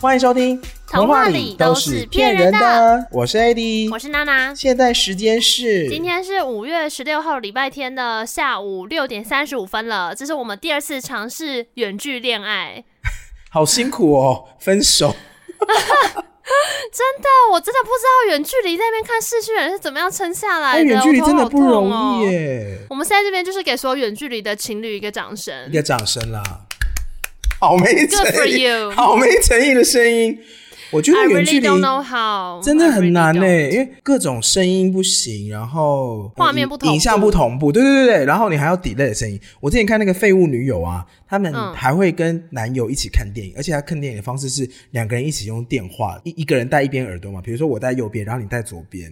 欢迎收听《童话里都是骗人的》，我是 AD，我是娜娜。现在时间是今天是五月十六号礼拜天的下午六点三十五分了，这是我们第二次尝试远距恋爱，好辛苦哦，分手。真的，我真的不知道远距离在那边看视讯人是怎么样撑下来的。远、哎、距离真的不容易耶。我、哦、们现在这边就是给所有远距离的情侣一个掌声，一个掌声啦。好没诚哦 Good for you 意，好没诚意的声音。我觉得远距离 really don't know how, 真的很难呢、欸，really 因为各种声音不行，然后画面不同步影像不同步，对对对对，然后你还要 delay 的声音。我之前看那个废物女友啊，他们嗯还会跟男友一起看电影，而且他看电影的方式是两个人一起用电话，一一个人戴一边耳朵嘛，比如说我戴右边，然后你戴左边，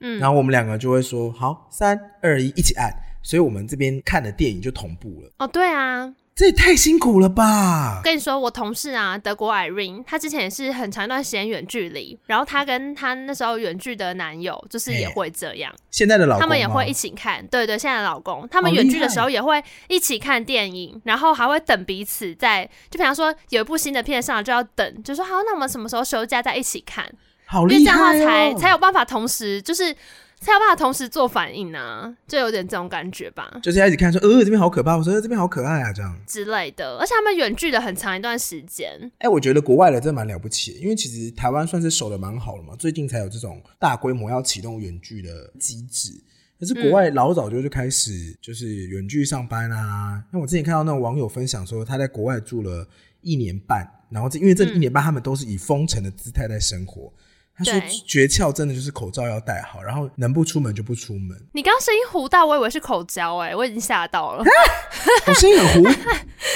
嗯然后我们两个就会说好，三二一，一起按，所以我们这边看的电影就同步了，哦，对啊，这也太辛苦了吧我？跟你说，我同事啊，德国 Irene，她之前也是很长一段时间远距离，然后她跟她那时候远距的男友，就是也嘿会这样，现在的老公啊他们也吗会一起看。对对，现在的老公，他们好远厉距的时害候也会一起看电影，然后还会等彼此在，就比方说有一部新的片上来就要等，就说好，那我们什么时候休假再一起看，好因为厉这样的话害、哦、才才有办法同时就是。才有办法同时做反应啊，就有点这种感觉吧。就是要一直看说，呃，这边好可怕，我说呃这边好可爱啊，这样。之类的，而且他们远距的很长一段时间，哎、我觉得国外的真的蛮了不起的，因为其实台湾算是守的蛮好的嘛，最近才有这种大规模要启动远距的机制。可是国外嗯老早就就开始就是远距上班啊，那、我之前看到那种网友分享说，他在国外住了一年半，然后这因为这嗯一年半他们都是以封城的姿态在生活。他说对诀窍真的就是口罩要戴好，然后能不出门就不出门。你刚刚声音糊到，我以为是口交、哎，我已经吓到了。我声音很 糊，啊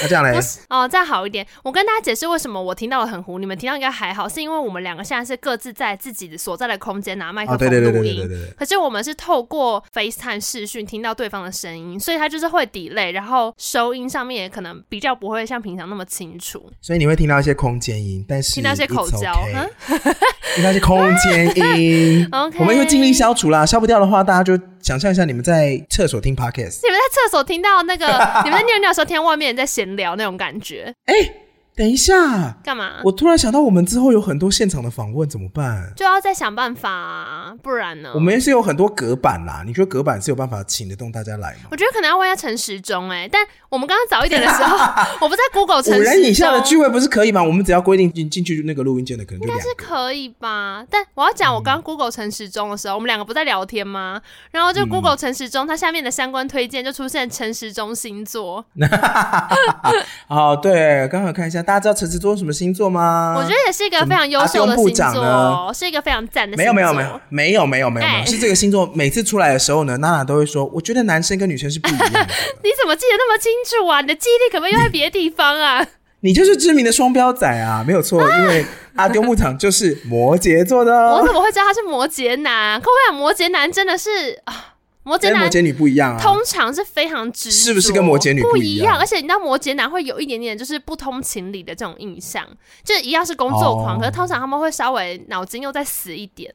那、这样嘞，哦，这样好一点。我跟大家解释为什么我听到的很糊，你们听到应该还好，是因为我们两个现在是各自在自己的所在的空间拿麦克哦，对风对对录对对对音。对对。可是我们是透过 FaceTime 视讯听到对方的声音，所以它就是会 delay，然后收音上面也可能比较不会像平常那么清楚。所以你会听到一些空间音，但是听到一些口 it's 交 okay 嗯。听到一些空间音 OK， 我们会尽力。消除啦，消不掉的话，大家就想象一下你们在厕所听 podcast。你们在厕所听到 那个，你们在尿尿的时候听到外面人在闲聊那种感觉，哎、等一下，干嘛？我突然想到，我们之后有很多现场的访问怎么办？就要再想办法、啊，不然呢？我们也是有很多隔板啦，你觉得隔板是有办法请得动大家来吗我？觉得可能要问一下陈时中哎、但我们刚刚早一点的时 候，我不在 Google 陈五人以时下的聚中。会不是可以吗？我们只要规定进进去那个录音间的可能就应两该是个。嗯可以吧，但我要讲，我刚 Google 陈时中的时候，我们两个不在聊天吗？然后嗯就 Google 陈时中，它下面的相关推荐就出现陈时中星座，哦，对，刚好看一下，大家知道陈志忠什么星座吗？我觉得也是一个非常优秀啊的阿东部星长座哦，是一个非常赞的星没座。有没有没有没有没有没有没哎有，是这个星座 每次出来的时候呢，娜娜都会说，我觉得男生跟女生是不一样的。 你怎么记得那么清楚啊？你的记忆力可不可以用在别的地 方啊？你就是知名的双标仔啊，没有错，因为阿丢牧场就是摩羯座的我哦，怎么会知道他是摩羯男？可我想摩羯男真的是啊，摩羯跟哎摩男羯女不一样啊。通常是非常执着，是不是跟摩羯女不不一一样样？而且你知道摩羯男会有一点点就是不通情理的这种印象，就是一样是工作狂，哦可是通常他们会稍微脑筋又再死一点。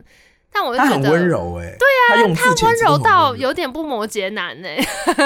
但我就他觉很得温柔哎、对啊，他用字他遣温词都柔很到有点不摩羯男呢、欸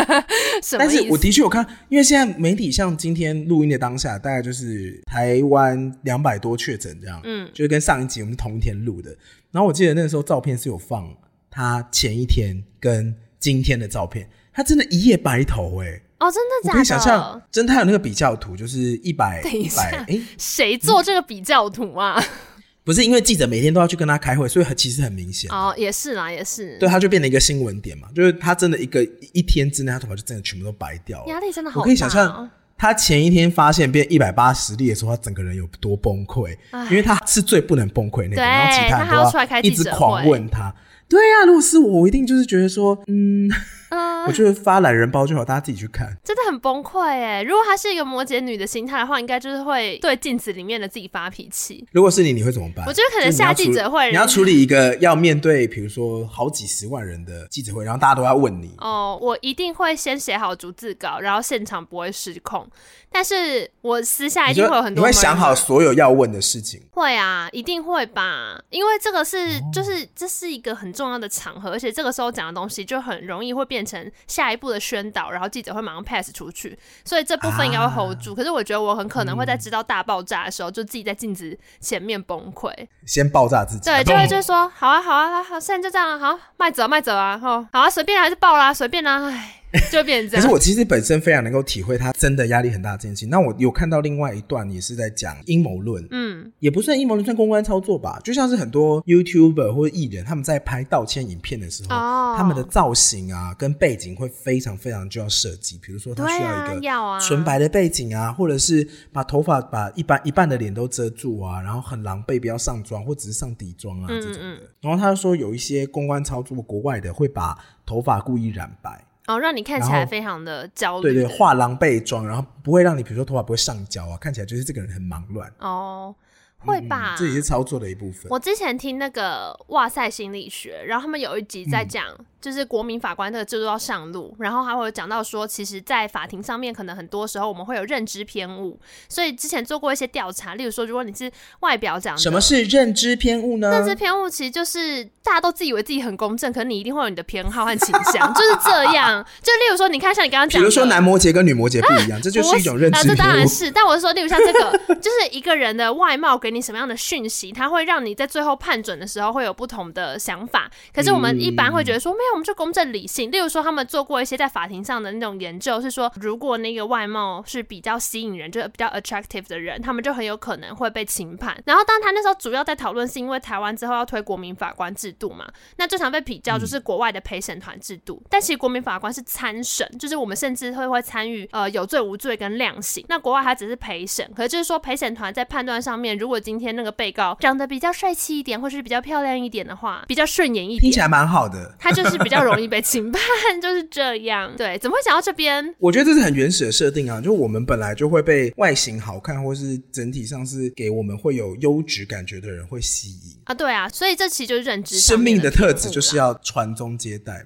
什么但意是思？我的确有看，因为现在媒体像今天录音的当下，大概就是台湾两百多确诊这样，嗯嗯，就是跟上一集我们同一天录的。然后我记得那个时候照片是有放他前一天跟今天的照片，他真的一夜白头哎、哦，真我的可以想假的象？，真的他有那个比较图，就是一百等一一下百哎。谁做这个比较图啊？ 不是因为记者每天都要去跟他开会，所以很其实很明显，哦，也是啦，也是，对，他啊就变成一个新闻点嘛，就是他真的一个一一天之内，他头发就真的全部都白掉压了。力真的好大、哦。我可以想象，他前一天发现变一百八十例的时候，他整个人有多崩溃唉，因为他是最不能崩溃那个，对然后其他他人还要出来开都记一者会直狂问他。对呀、啊，如果是我，我一定就是觉得说，嗯，嗯、我觉得发懒人包就好，大家自己去看。真的很崩溃哎！如果她是一个摩羯女的心态的话，应该就是会对镜子里面的自己发脾气。如果是你，你会怎么办？我觉得可能就是你要下记处者会你要处理一个要面对，比如说好几十万人的记者会，然后大家都要问你，哦，我一定会先写好逐字稿，然后现场不会失控。但是我私下哦一你定就会有很多，你会想好，所有要问的事情。会啊，一定会吧，因为这个是、就是这是一个很重要的场合，而且这个时候讲的东西就很容易会变变成下一步的宣导，然后记者会马上 pass 出去，所以这部啊分应该会 hold 住。可是我觉得我很可能会在知道大爆炸的时候，就自己在镜子前面崩溃，先爆炸自己，对，就会就咚是说，好啊，好啊，好啊好，现在就这样啊，好，卖走啊，卖走啊，哦，好啊，随便啊还是爆啦、随便啦、唉，就会变成这 可是样。我其实本身非常能够体会他真的压力很大这件事情。那我有看到另外一段也是在讲阴谋论，嗯，也不算阴谋论，算公关操作吧。就像是很多 YouTuber 或者艺人他们在拍道歉影片的时候，哦，他们的造型啊跟背景会非常非常就要设计，比如说他对需啊要一要啊个纯白的背景啊，或者是把头发把一半一半的脸都遮住啊，然后很狼狈，不要上妆或只是上底妆啊嗯这种嗯的。然后他说有一些公关操作，国外的会把头发故意染白。哦，让你看起然来后非常的焦虑对的，对，画狼狈妆，然后不会让你，比如说头发不会上焦啊，看起来就是这个人很忙乱，哦，会嗯吧？这也是操作的一部分。我之前听那个《哇塞心理学》，然后他们有一集嗯在讲，就是国民法官这个制度要上路，然后还会有讲到说，其实，在法庭上面，可能很多时候我们会有认知偏误，所以之前做过一些调查，例如说，如果你是外表长得什么啊是认知偏误呢？认知偏误其实就是大家都自以为自己很公正，可是你一定会有你的偏好和倾向，就是这样。就例如说，你看像你刚刚比讲的，如说男摩羯跟女摩羯不一 样，这就是一种认啊，知这当偏然误。是，但我是说，例如像这个，就是一个人的外貌给你什么样的讯息，它会让你在最后判准的时候会有不同的想法。可是我们一般会觉得说，没有，我们就公正理性。例如说，他们做过一些在法庭上的那种研究，是说如果那个外貌是比较吸引人，就是比较 attractive 的人，他们就很有可能会被轻判。然后，当然他那时候主要在讨论是因为台湾之后要推国民法官制度嘛，那最常被比嗯较就是国外的陪审团制度，但其实国民法官是参审，就是我们甚至会会参与呃有罪无罪跟量刑。那国外他只是陪审，可是就是说陪审团在判断上面，如果今天那个被告长得比较帅气一点，或是比较漂亮一点的话，比较顺眼一听起点，来蛮好的，他就是比较容易被轻判， 就是这样。对，怎么会讲到这边？我觉得这是很原始的设定啊，就我们本来就会被外形好看，或是整体上是给我们会有优质感觉的人会吸引。啊，对啊，所以这其实就是认知上生面命的特质进步就是啦要传宗接代，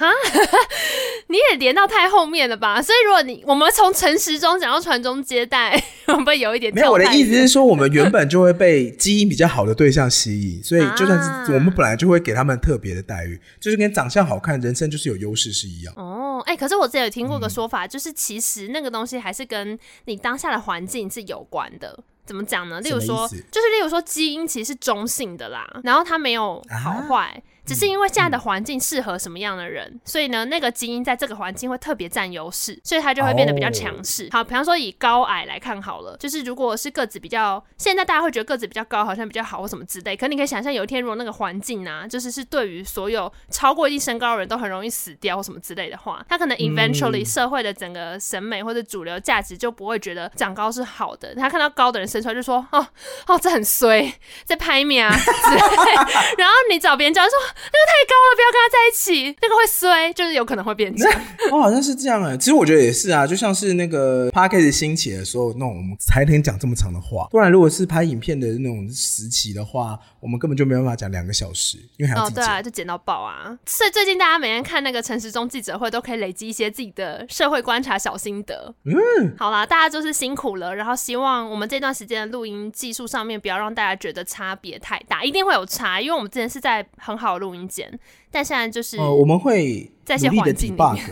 你也连到太后面了吧？所以如果你我们从诚实中讲到传宗接代， 会不会有一 点没有，跳我的太意远思是说，我们原本就会被基因比较好的对象吸引， 所以就啊算是我们本来就会给他们特别的待遇，就是跟长相好看、人生就是有优势是一样。 嗯哦，哎、可是我之前有听过一个说法，就是其实那个东西还是跟你当下的环境是有关的。怎么讲呢？例如什么说，意思就是例如说，基因其实是中性的啦，然后它没有好啊坏，只是嗯因为现在的环境适合什么样的人，所以呢，那个基因在这个环境会特别占优势，所以它就会变得比较哦强势。好，比方说以高矮来看好了，就是如果是个子比较，现在大家会觉得个子比较高好像比较好或什么之类，可你可以想象有一天如果那个环境啊，就是是对于所有超过一定身高的人都很容易死掉或什么之类的话，他可能 eventually 社会的整个审美或者主流价值就不会觉得长高是好的，他看到高的人生出来就说哦哦这很衰，在拍面啊之类， 然后你找别人教说那个太高了，不要跟他在一起，那个会衰，就是有可能会变这样。哦，好像是这样哎、其实我觉得也是啊，就像是那个 p a c k a g e 兴起的时候，那种我们才能讲这么长的话，不然如果是拍影片的那种时期的话，我们根本就没办法讲两个小时，因为还要哦自，己对剪。啊，就捡到宝啊！所以最近大家每天看那个陈时中记者会，都可以累积一些自己的社会观察小心得。嗯，好啦，大家就是辛苦了，然后希望我们这段时间的录音技术上面不要让大家觉得差别太大，一定会有差，因为我们之前是在很好的录音间，但现在就是、呃，我们会在一些努力的环境里 debug，面呀、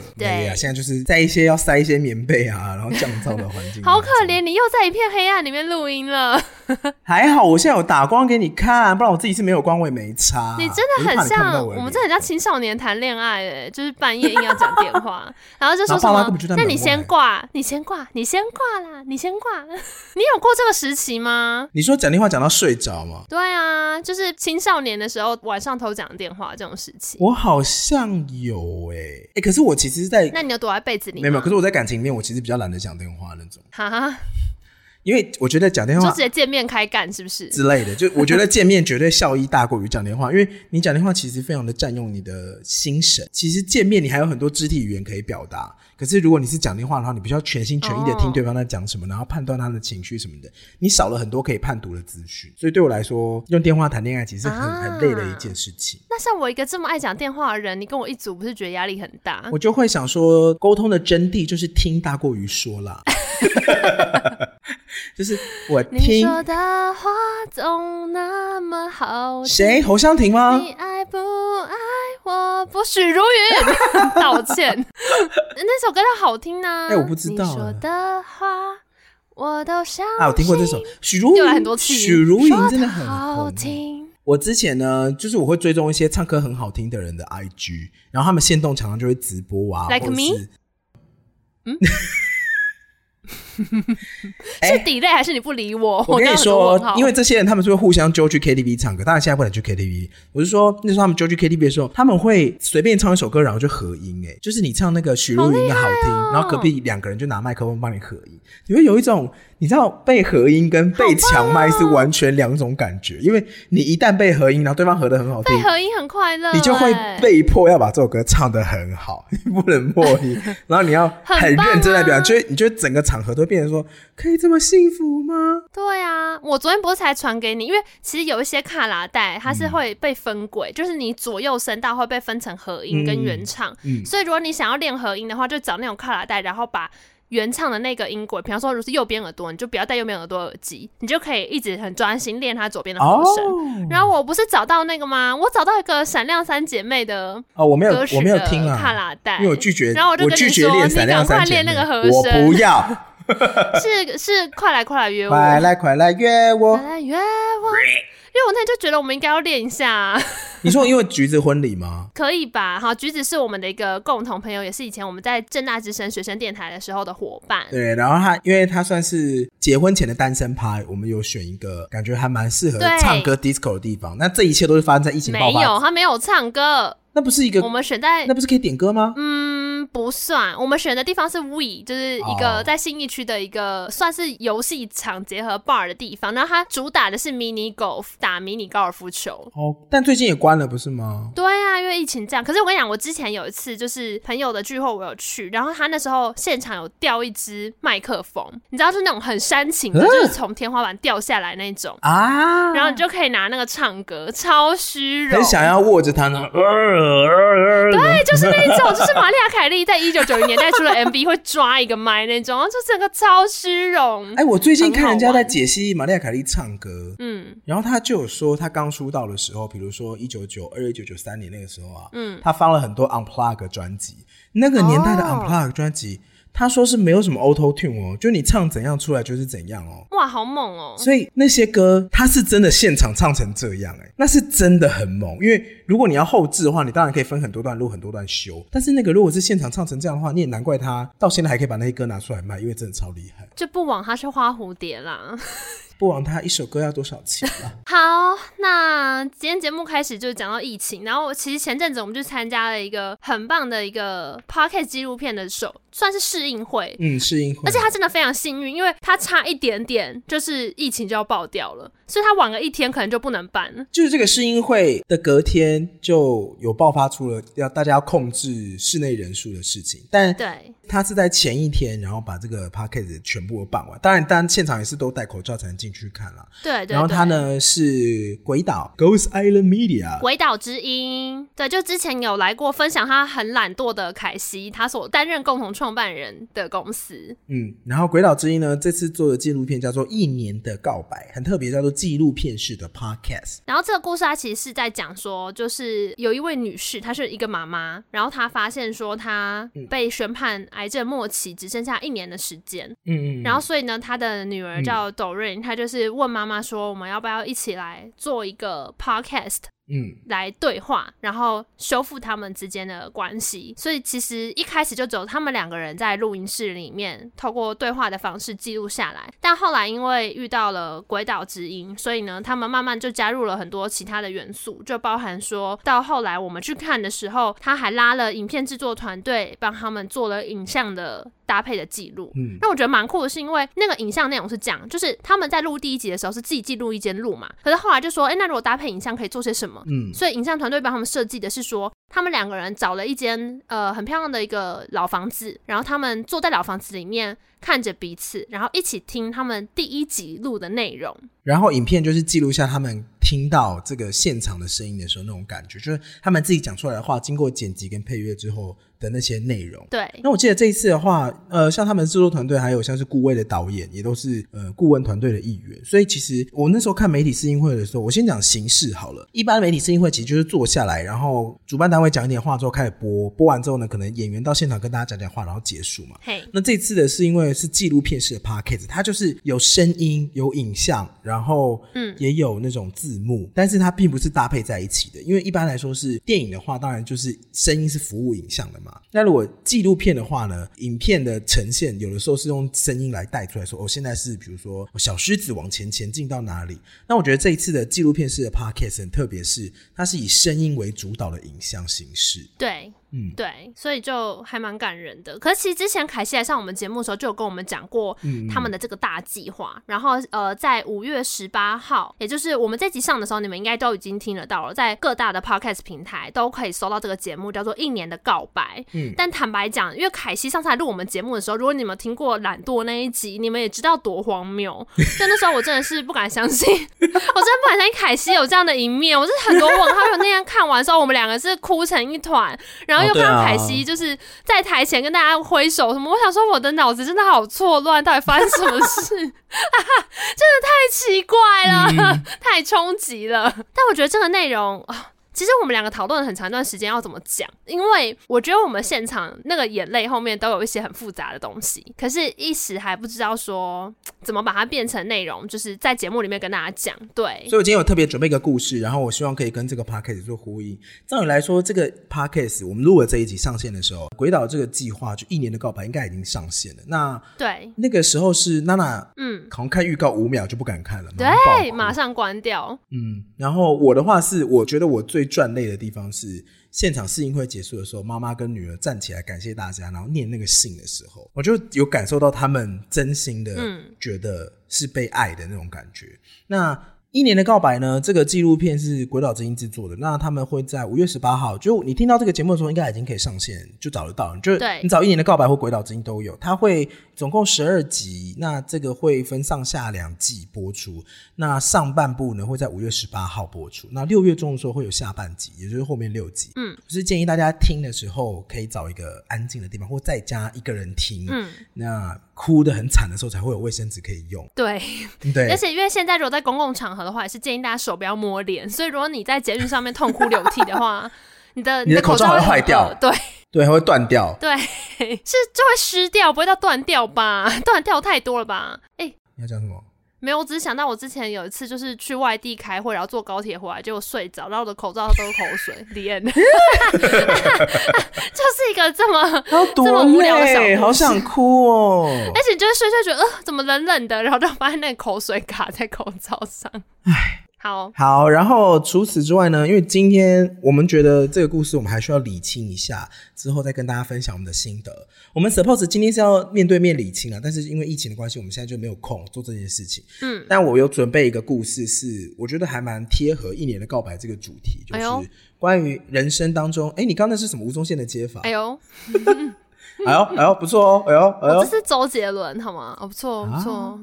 对，现在就是在一些要塞一些棉被啊，然后降噪的环境啊好可。怜，你又在一片黑暗里面录音了，还好我现在有打光给你看，不然我自己是没有光，我也没差。你真的啊我很就怕你看不到我像的我们，脸真的很像青少年谈恋爱、欸，就是半夜硬要讲电 话，然后就说然后什爸妈么根本就在？那门你先外挂，你先挂，你先挂啦，你先挂。 你有过这个时期吗？你说讲电话讲到睡着吗？对啊，就是青少年的时候晚上偷讲电话这种时期。我好像有诶、欸、欸可是我其实在，那你有躲在被子里吗？没有没有，可是我在感情里面，我其实比较懒得讲电话那种，哈哈，因为我觉得讲电就话直接见面开干是不是？之类的，就我觉得见面绝对效益大过于讲电话，因为你讲电话其实非常的占用你的心神。其实见面你还有很多肢体语言可以表达，可是如果你是讲电话的话，你必须要全心全意的听对方在讲什么，然后判断他的情绪什么的，你少了很多可以判读的资讯。所以对我来说，用电话谈恋爱其实是很、啊很累的一件事情。那像我一个这么爱讲电话的人，你跟我一组，不是觉得压力很大？我就会想说，沟通的真谛就是听大过于说啦， 就是我你听说的话总那么好听谁侯啊湘婷吗？ 你爱不爱我？不许如云，道歉。那首歌它好听呢、哎我不知道你说的话我都相信。啊，我听过这首，许茹又来很芸多，次许茹说芸真的得很好红。听。我之前呢，就是我会追踪一些唱歌很好听的人的 IG，然后他们现动常常就会直播啊 Like 或者 me？是是 delay 还是你不理我？哎我跟刚你刚很多说问号，因为这些人他们是会互相揪去 KTV 唱歌，当然现在不能去 KTV。我是说，那时候他们揪去 KTV 的时候，他们会随便唱一首歌，然后就合音、欸，就是你唱那个许茹芸的好听，啊然后隔壁两个人就拿麦克风帮你合音，你会有一种你知道被合音跟被啊抢麦是完全两种感觉，因为你一旦被合音，然后对方合的很好听被。合音很快乐、你就会哎被迫要把这首歌唱得很好， 你不能默 音，然后你要很很棒啊认真的表演，就会你就会整个场合都会变成说，可以这么幸福吗？对啊，我昨天不是才传给你，因为其实有一些卡拉带它嗯是会被分轨，就是你左右声道会被分成合音跟原唱，嗯嗯所以如果你想要练合音的话，就找那种卡拉带，然后把。原唱的那个音轨，比方说，如果是右边耳朵，你就不要戴右边耳朵耳机，你就可以一直很专心练它左边的和声。哦然后我不是找到那个吗？我找到一个闪亮三姐妹的哦，我没有歌，曲我没有的听卡啊，拉带，因为我拒绝，然后我就跟拒你绝说，练你闪亮赶快三姐练那妹个和我声，不 要，是是，快来快来约我，快来快来约我本。 来约我，因为我那天就觉得我们应该要练一下、啊你说因为橘子婚礼吗？可以吧？好，橘子是我们的一个共同朋友，也是以前我们在正大之声学生电台的时候的伙伴。对，然后他因为他算是结婚前的单身趴，我们有选一个感觉还蛮适合对唱歌 disco 的地方。那这一切都是发生在疫情爆没发，有，他没有唱歌，那不是一个我，们选在那不是可以点歌吗？嗯不算，我们选的地方是 We，就是一个哦在信义区的一个算是游戏场结合 bar 的地方。然后它主打的是 mini golf，打迷你高尔夫球。哦，但最近也关了，不是吗？对啊，因为疫情这样。可是我跟你讲，我之前有一次就是朋友的聚会，我有去，然后他那时候现场有掉一支麦克风，你知道是那种很煽情的，嗯就是从天花板掉下来那种，啊，然后你就可以拿那个唱歌，超虚荣很。想要握着它呢。对，对，就是那一种， 就是玛丽亚凯莉在一九九零年代出的 MV 会抓一个麦那种，然后就整个超虚荣。哎，我最近看人家很好在玩解析玛丽亚凯莉唱歌，嗯，然后他就有说，他刚出道的时候，比如说一九九二、一九九三年那个时候啊，嗯，他发了很多 unplug 专辑，那个年代的哦 unplug 专辑，他说是没有什么 auto tune 哦，就你唱怎样出来就是怎样哦。哇，好猛哦！所以那些歌，他是真的现场唱成这样、哎，那是真的很猛。因为如果你要后置的话，你当然可以分很多段录、很多段修。但是那个如果是现场唱成这样的话，你也难怪他到现在还可以把那些歌拿出来卖，因为真的超厉害。就不枉他是花蝴蝶啦。不枉他一首歌要多少钱啊？好，那今天节目开始就讲到疫情，然后其实前阵子我们就参加了一个很棒的一个 p o c k e t 纪录片的首，算是试映会。嗯，是因为而且他真的非常幸运，因为他差一点点就是疫情就要爆掉了，所以他晚个一天可能就不能办了。就是这个试音会的隔天就有爆发出了要大家要控制室内人数的事情，但对，他是在前一天，然后把这个 p a c k a g e 全部都办完。当然，当然现场也是都戴口罩才能进去看啦。对对对。然后他？呢是鬼岛 Ghost Island Media，鬼岛之音，对，就之前有来过分享他很懒惰的凯西，他所担任共同创办人的公司，嗯，然后鬼岛之音呢这次做的纪录片叫做《一年的告白》，很特别，叫做纪录片式的 podcast。然后这个故事它其实是在讲说，就是有一位女士，她是一个妈妈，然后她发现说她被宣判癌症末期，只剩下一年的时间，嗯嗯，然后所以呢，她的女儿叫 Doreen，、她就是问妈妈说，我们要不要一起来做一个 podcast？嗯来对话，然后修复他们之间的关系。所以其实一开始就只有他们两个人在录音室里面，透过对话的方式记录下来。但后来因为遇到了鬼岛之音，所以呢，他们慢慢就加入了很多其他的元素，就包含说到后来我们去看的时候，他还拉了影片制作团队帮他们做了影像的搭配的记录。嗯那我觉得蛮酷的是，因为那个影像内容是这样，就是他们在录第一集的时候是自己记录一间录嘛，可是后来就说，哎、那如果搭配影像可以做些什么？嗯所以影像团队帮他们设计的是说，他们两个人找了一间呃很漂亮的一个老房子，然后他们坐在老房子里面看着彼此，然后一起听他们第一集录的内容。然后影片就是记录下他们听到这个现场的声音的时候那种感觉，就是他们自己讲出来的话，经过剪辑跟配乐之后的那些内容。对，那我记得这一次的话，呃，像他们制作团队还有像是顾问的导演，也都是呃顾问团队的一员。所以其实我那时候看媒体试映会的时候，我先讲形式好了。一般媒体试映会其实就是坐下来，然后主办单位讲一点话之后开始播，播完之后呢，可能演员到现场跟大家讲讲话，然后结束嘛。嘿，那这次的是因为是纪录片式的 p a c k a g e 它就是有声音、有影像，然后嗯也有那种字幕，但是它并不是搭配在一起的。因为一般来说是电影的话，当然就是声音是服务影像的嘛。那如果纪录片的话呢，影片的呈现有的时候是用声音来带出来说，哦，现在是比如说小狮子往前前进到哪里。那我觉得这一次的纪录片式的 p a c k a g e 很特别，是它是以声音为主导的影像形式。对，嗯对，所以就还蛮感人的。可是其实之前凯西来上我们节目的时候，就有跟我们讲过他们的这个大计划。然后呃，在五月十八号，也就是我们这集上的时候，你们应该都已经听得到了，在各大的 podcast 平台都可以搜到这个节目，叫做《一年的告白》。嗯但坦白讲，因为凯西上次来录我们节目的时候，如果你们听过懒惰那一集，你们也知道多荒谬。 所以那时候我真的是不敢相信， 我真的不敢相信凯西有这样的一面。我是很多问号。因为我那天看完之后，我们两个是哭成一团，然后又哦对看啊到凯西就是在台前跟大家挥手什么，我想说我的脑子真的好错乱，到底发生什么事？ 啊、真的太奇怪了，嗯太冲击了。但我觉得这个内容啊。其实我们两个讨论了很长一段时间要怎么讲，因为我觉得我们现场那个眼泪后面都有一些很复杂的东西，可是一时还不知道说怎么把它变成内容，就是在节目里面跟大家讲。对，所以我今天有特别准备一个故事，然后我希望可以跟这个 podcast 做呼应。照理来说，这个 podcast 我们录了这一集上线的时候，鬼岛这个计划就一年的告白应该已经上线了。那对，那个时候是娜娜，嗯，好像看预告五秒就不敢看了，马上爆对，哭马上关掉。嗯。然后我的话是，我觉得我最赚泪的地方是现场试映会结束的时候，妈妈跟女儿站起来感谢大家，然后念那个信的时候，我就有感受到他们真心的嗯觉得是被爱的那种感觉。那一年的告白呢？这个纪录片是鬼岛之音制作的，那他们会在五月十八号，就你听到这个节目的时候，应该已经可以上线，就找得到。你就对你找一年的告白或鬼岛之音都有，它会总共十二集，那这个会分上下两季播出。那上半部呢会在五月十八号播出，那六月中的时候会有下半集，也就是后面六集。嗯，就是建议大家听的时候可以找一个安静的地方，或在家一个人听。嗯，那哭得很惨的时候才会有卫生纸可以用。对，对，而且因为现在如果在公共场合的话，也是建议大家手不要摸脸，所以如果你在捷运上面痛哭流涕的话，你的你的口罩罩会很坏掉恶对对，还会断掉。对， 是就会湿掉，不会到断掉吧？断掉太多了吧？哎、你要讲什么？没有，我只是想到我之前有一次就是去外地开会，然后坐高铁回来，结果睡着，然后我的口罩都是口水，脸， 就是一个这么。好这么无聊的小故事好想哭哦！而且你就会睡睡觉觉得，呃，怎么冷冷的，然后就发现那个口水卡在口罩上。好，好，然后除此之外呢，因为今天我们觉得这个故事我们还需要理清一下，之后再跟大家分享我们的心得。我们 suppose 今天是要面对面理清啊，但是因为疫情的关系，我们现在就没有空做这件事情。嗯，但我有准备一个故事是，我觉得还蛮贴合一年的告白这个主题，就哎呦是关于人生当中，哎，你刚刚那是什么吴宗宪的接法？哎呦，哎呦，哎呦，不错哦，哎呦，哎呦啊我，这是周杰伦，好吗？哦，不错，不错。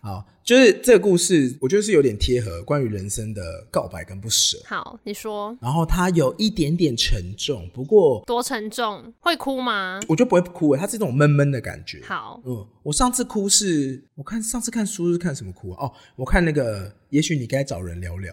好，就是这个故事，我觉得是有点贴合关于人生的告白跟不舍，好，你说然后它有一点点沉重，不过多沉重？会哭吗？我就不会哭欸了，它是一种闷闷的感觉。好，嗯，我上次哭是，我看上次看书是看什么哭啊？哦，我看那个，也许你该找人聊聊，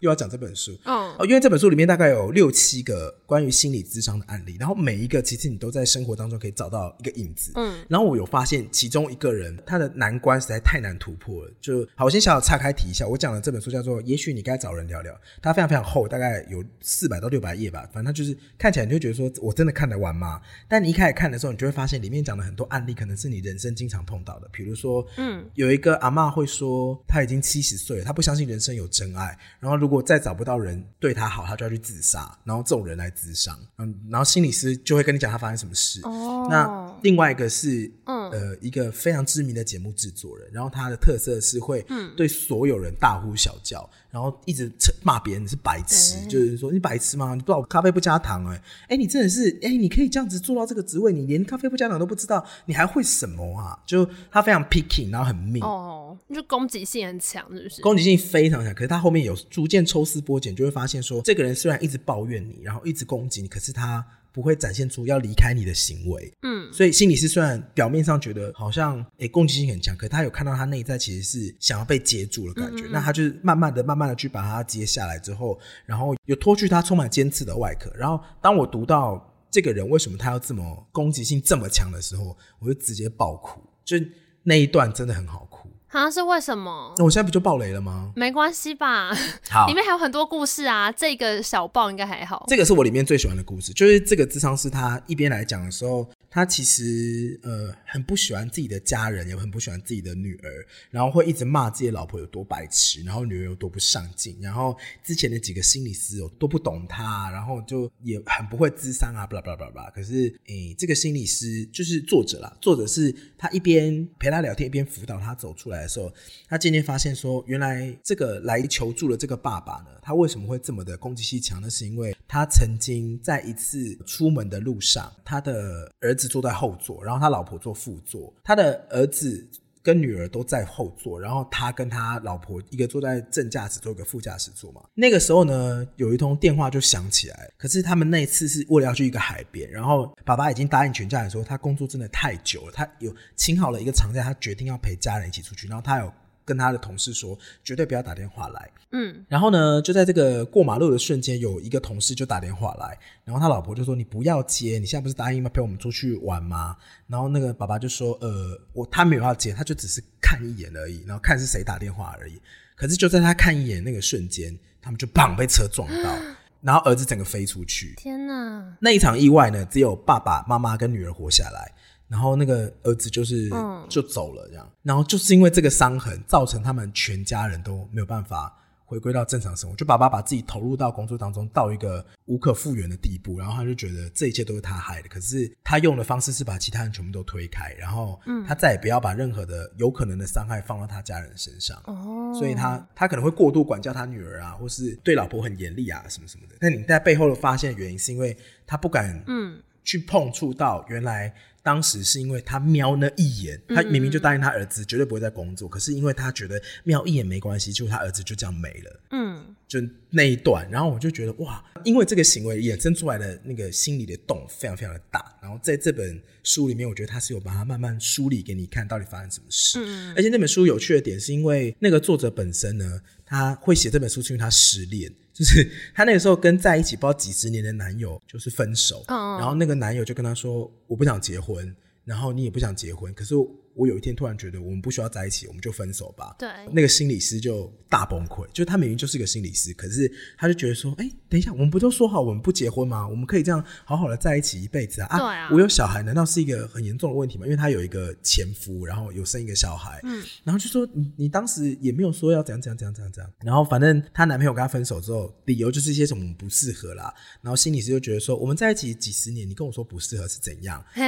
又要讲这本书。嗯，哦，因为这本书里面大概有六七个关于心理咨商的案例，然后每一个其实你都在生活当中可以找到一个影子。嗯，然后我有发现其中一个人他的难关实在太难突破了。就好，我先小小岔开提一下，我讲的这本书叫做《也许你该找人聊聊》，它非常非常厚，大概有四百到六百页吧。反正它就是看起来你就觉得说我真的看得完吗？但你一开始看的时候，你就会发现里面讲的很多案例可能是你人生经常碰到的，比如说，嗯，有一个阿嬷会说她已经七十岁了，她不相信人生有真爱，然后如果再找不到人对她好，她就要去自杀，然后这种人来自伤，嗯，然后心理师就会跟你讲她发生什么事。哦，那另外一个是，嗯呃，一个非常知名的节目制作人，然后他的特色是会对所有人大呼小叫，然后一直扯骂别人是白痴，就是说你白痴吗？你不知道我咖啡不加糖哎、欸，哎、你真的是哎、你可以这样子做到这个职位，你连咖啡不加糖都不知道，你还会什么啊？就他非常 picky，然后很命。哦，就攻击性很强，是不是？攻击性非常强，可是他后面有逐渐抽丝剥茧，就会发现说，这个人虽然一直抱怨你，然后一直攻击你，可是他不会展现出要离开你的行为。嗯，所以心理师虽然表面上觉得好像诶、攻击性很强，可他有看到他内在其实是想要被接住的感觉。那他就是慢慢的、慢慢的去把它接下来之后，然后有脱去他充满尖刺的外壳。然后当我读到这个人为什么他要这么攻击性这么强的时候，我就直接爆哭，就那一段真的很好哭。好像是为什么？那我现在不就爆雷了吗？没关系吧，好里面还有很多故事啊，这个小报应该还好。这个是我里面最喜欢的故事，就是这个智商师他一边来讲的时候，他其实呃很不喜欢自己的家人，也很不喜欢自己的女儿，然后会一直骂自己的老婆有多白痴，然后女儿有多不上进，然后之前的几个心理师有多不懂他，然后就也很不会智商啊，巴拉巴拉巴拉。可是诶、这个心理师就是作者啦，作者是他一边陪他聊天，一边辅导他走出来的时候，他渐渐发现说，原来这个来求助的这个爸爸呢，他为什么会这么的攻击性强？那是因为他曾经在一次出门的路上，他的儿子坐在后座，然后他老婆坐副座，他的儿子。跟女儿都在后座，然后他跟他老婆一个坐在正驾驶座，一个副驾驶座嘛。那个时候呢，有一通电话就响起来，可是他们那一次是为了要去一个海边，然后爸爸已经答应全家人说，他工作真的太久了，他有请好了一个长假，他决定要陪家人一起出去，然后他有跟他的同事说，绝对不要打电话来。嗯，然后呢，就在这个过马路的瞬间，有一个同事就打电话来，然后他老婆就说：“你不要接，你现在不是答应要陪我们出去玩吗？”然后那个爸爸就说：“呃，我他没有要接，他就只是看一眼而已，然后看是谁打电话而已。”可是就在他看一眼那个瞬间，他们就砰被车撞到，然后儿子整个飞出去。天哪，那一场意外呢，只有爸爸妈妈跟女儿活下来，然后那个儿子就是、嗯就走了这样。然后就是因为这个伤痕，造成他们全家人都没有办法回归到正常生活。就爸爸把自己投入到工作当中，到一个无可复原的地步，然后他就觉得这一切都是他害的。可是他用的方式是把其他人全部都推开，然后他再也不要把任何的有可能的伤害放到他家人身上。哦，所以他他可能会过度管教他女儿啊，或是对老婆很严厉啊，什么什么的。那你在背后的发现原因，是因为他不敢嗯去碰触到原来当时是因为他瞄那一眼，他明明就答应他儿子绝对不会再工作，可是因为他觉得瞄一眼没关系，结果他儿子就这样没了。嗯，就那一段，然后我就觉得哇，因为这个行为衍生出来的那个心理的洞非常非常的大。然后在这本书里面，我觉得他是有把它慢慢梳理给你看，到底发生什么事。嗯而且那本书有趣的点是因为那个作者本身呢，他会写这本书是因为他失恋，就是他那个时候跟在一起不知道几十年的男友就是分手，嗯嗯然后那个男友就跟他说我不想结婚，然后你也不想结婚，可是我有一天突然觉得我们不需要在一起，我们就分手吧。对，那个心理师就大崩溃，就是他明明就是一个心理师，可是他就觉得说，哎、等一下，我们不都说好我们不结婚吗？我们可以这样好好的在一起一辈子啊！对啊我有小孩，难道是一个很严重的问题吗？因为他有一个前夫，然后有生一个小孩，嗯，然后就说你你当时也没有说要怎样怎样怎样怎样怎样，然后反正她男朋友跟她分手之后，理由就是一些什么我们不适合啦，然后心理师就觉得说，我们在一起几十年，你跟我说不适合是怎样？嘿，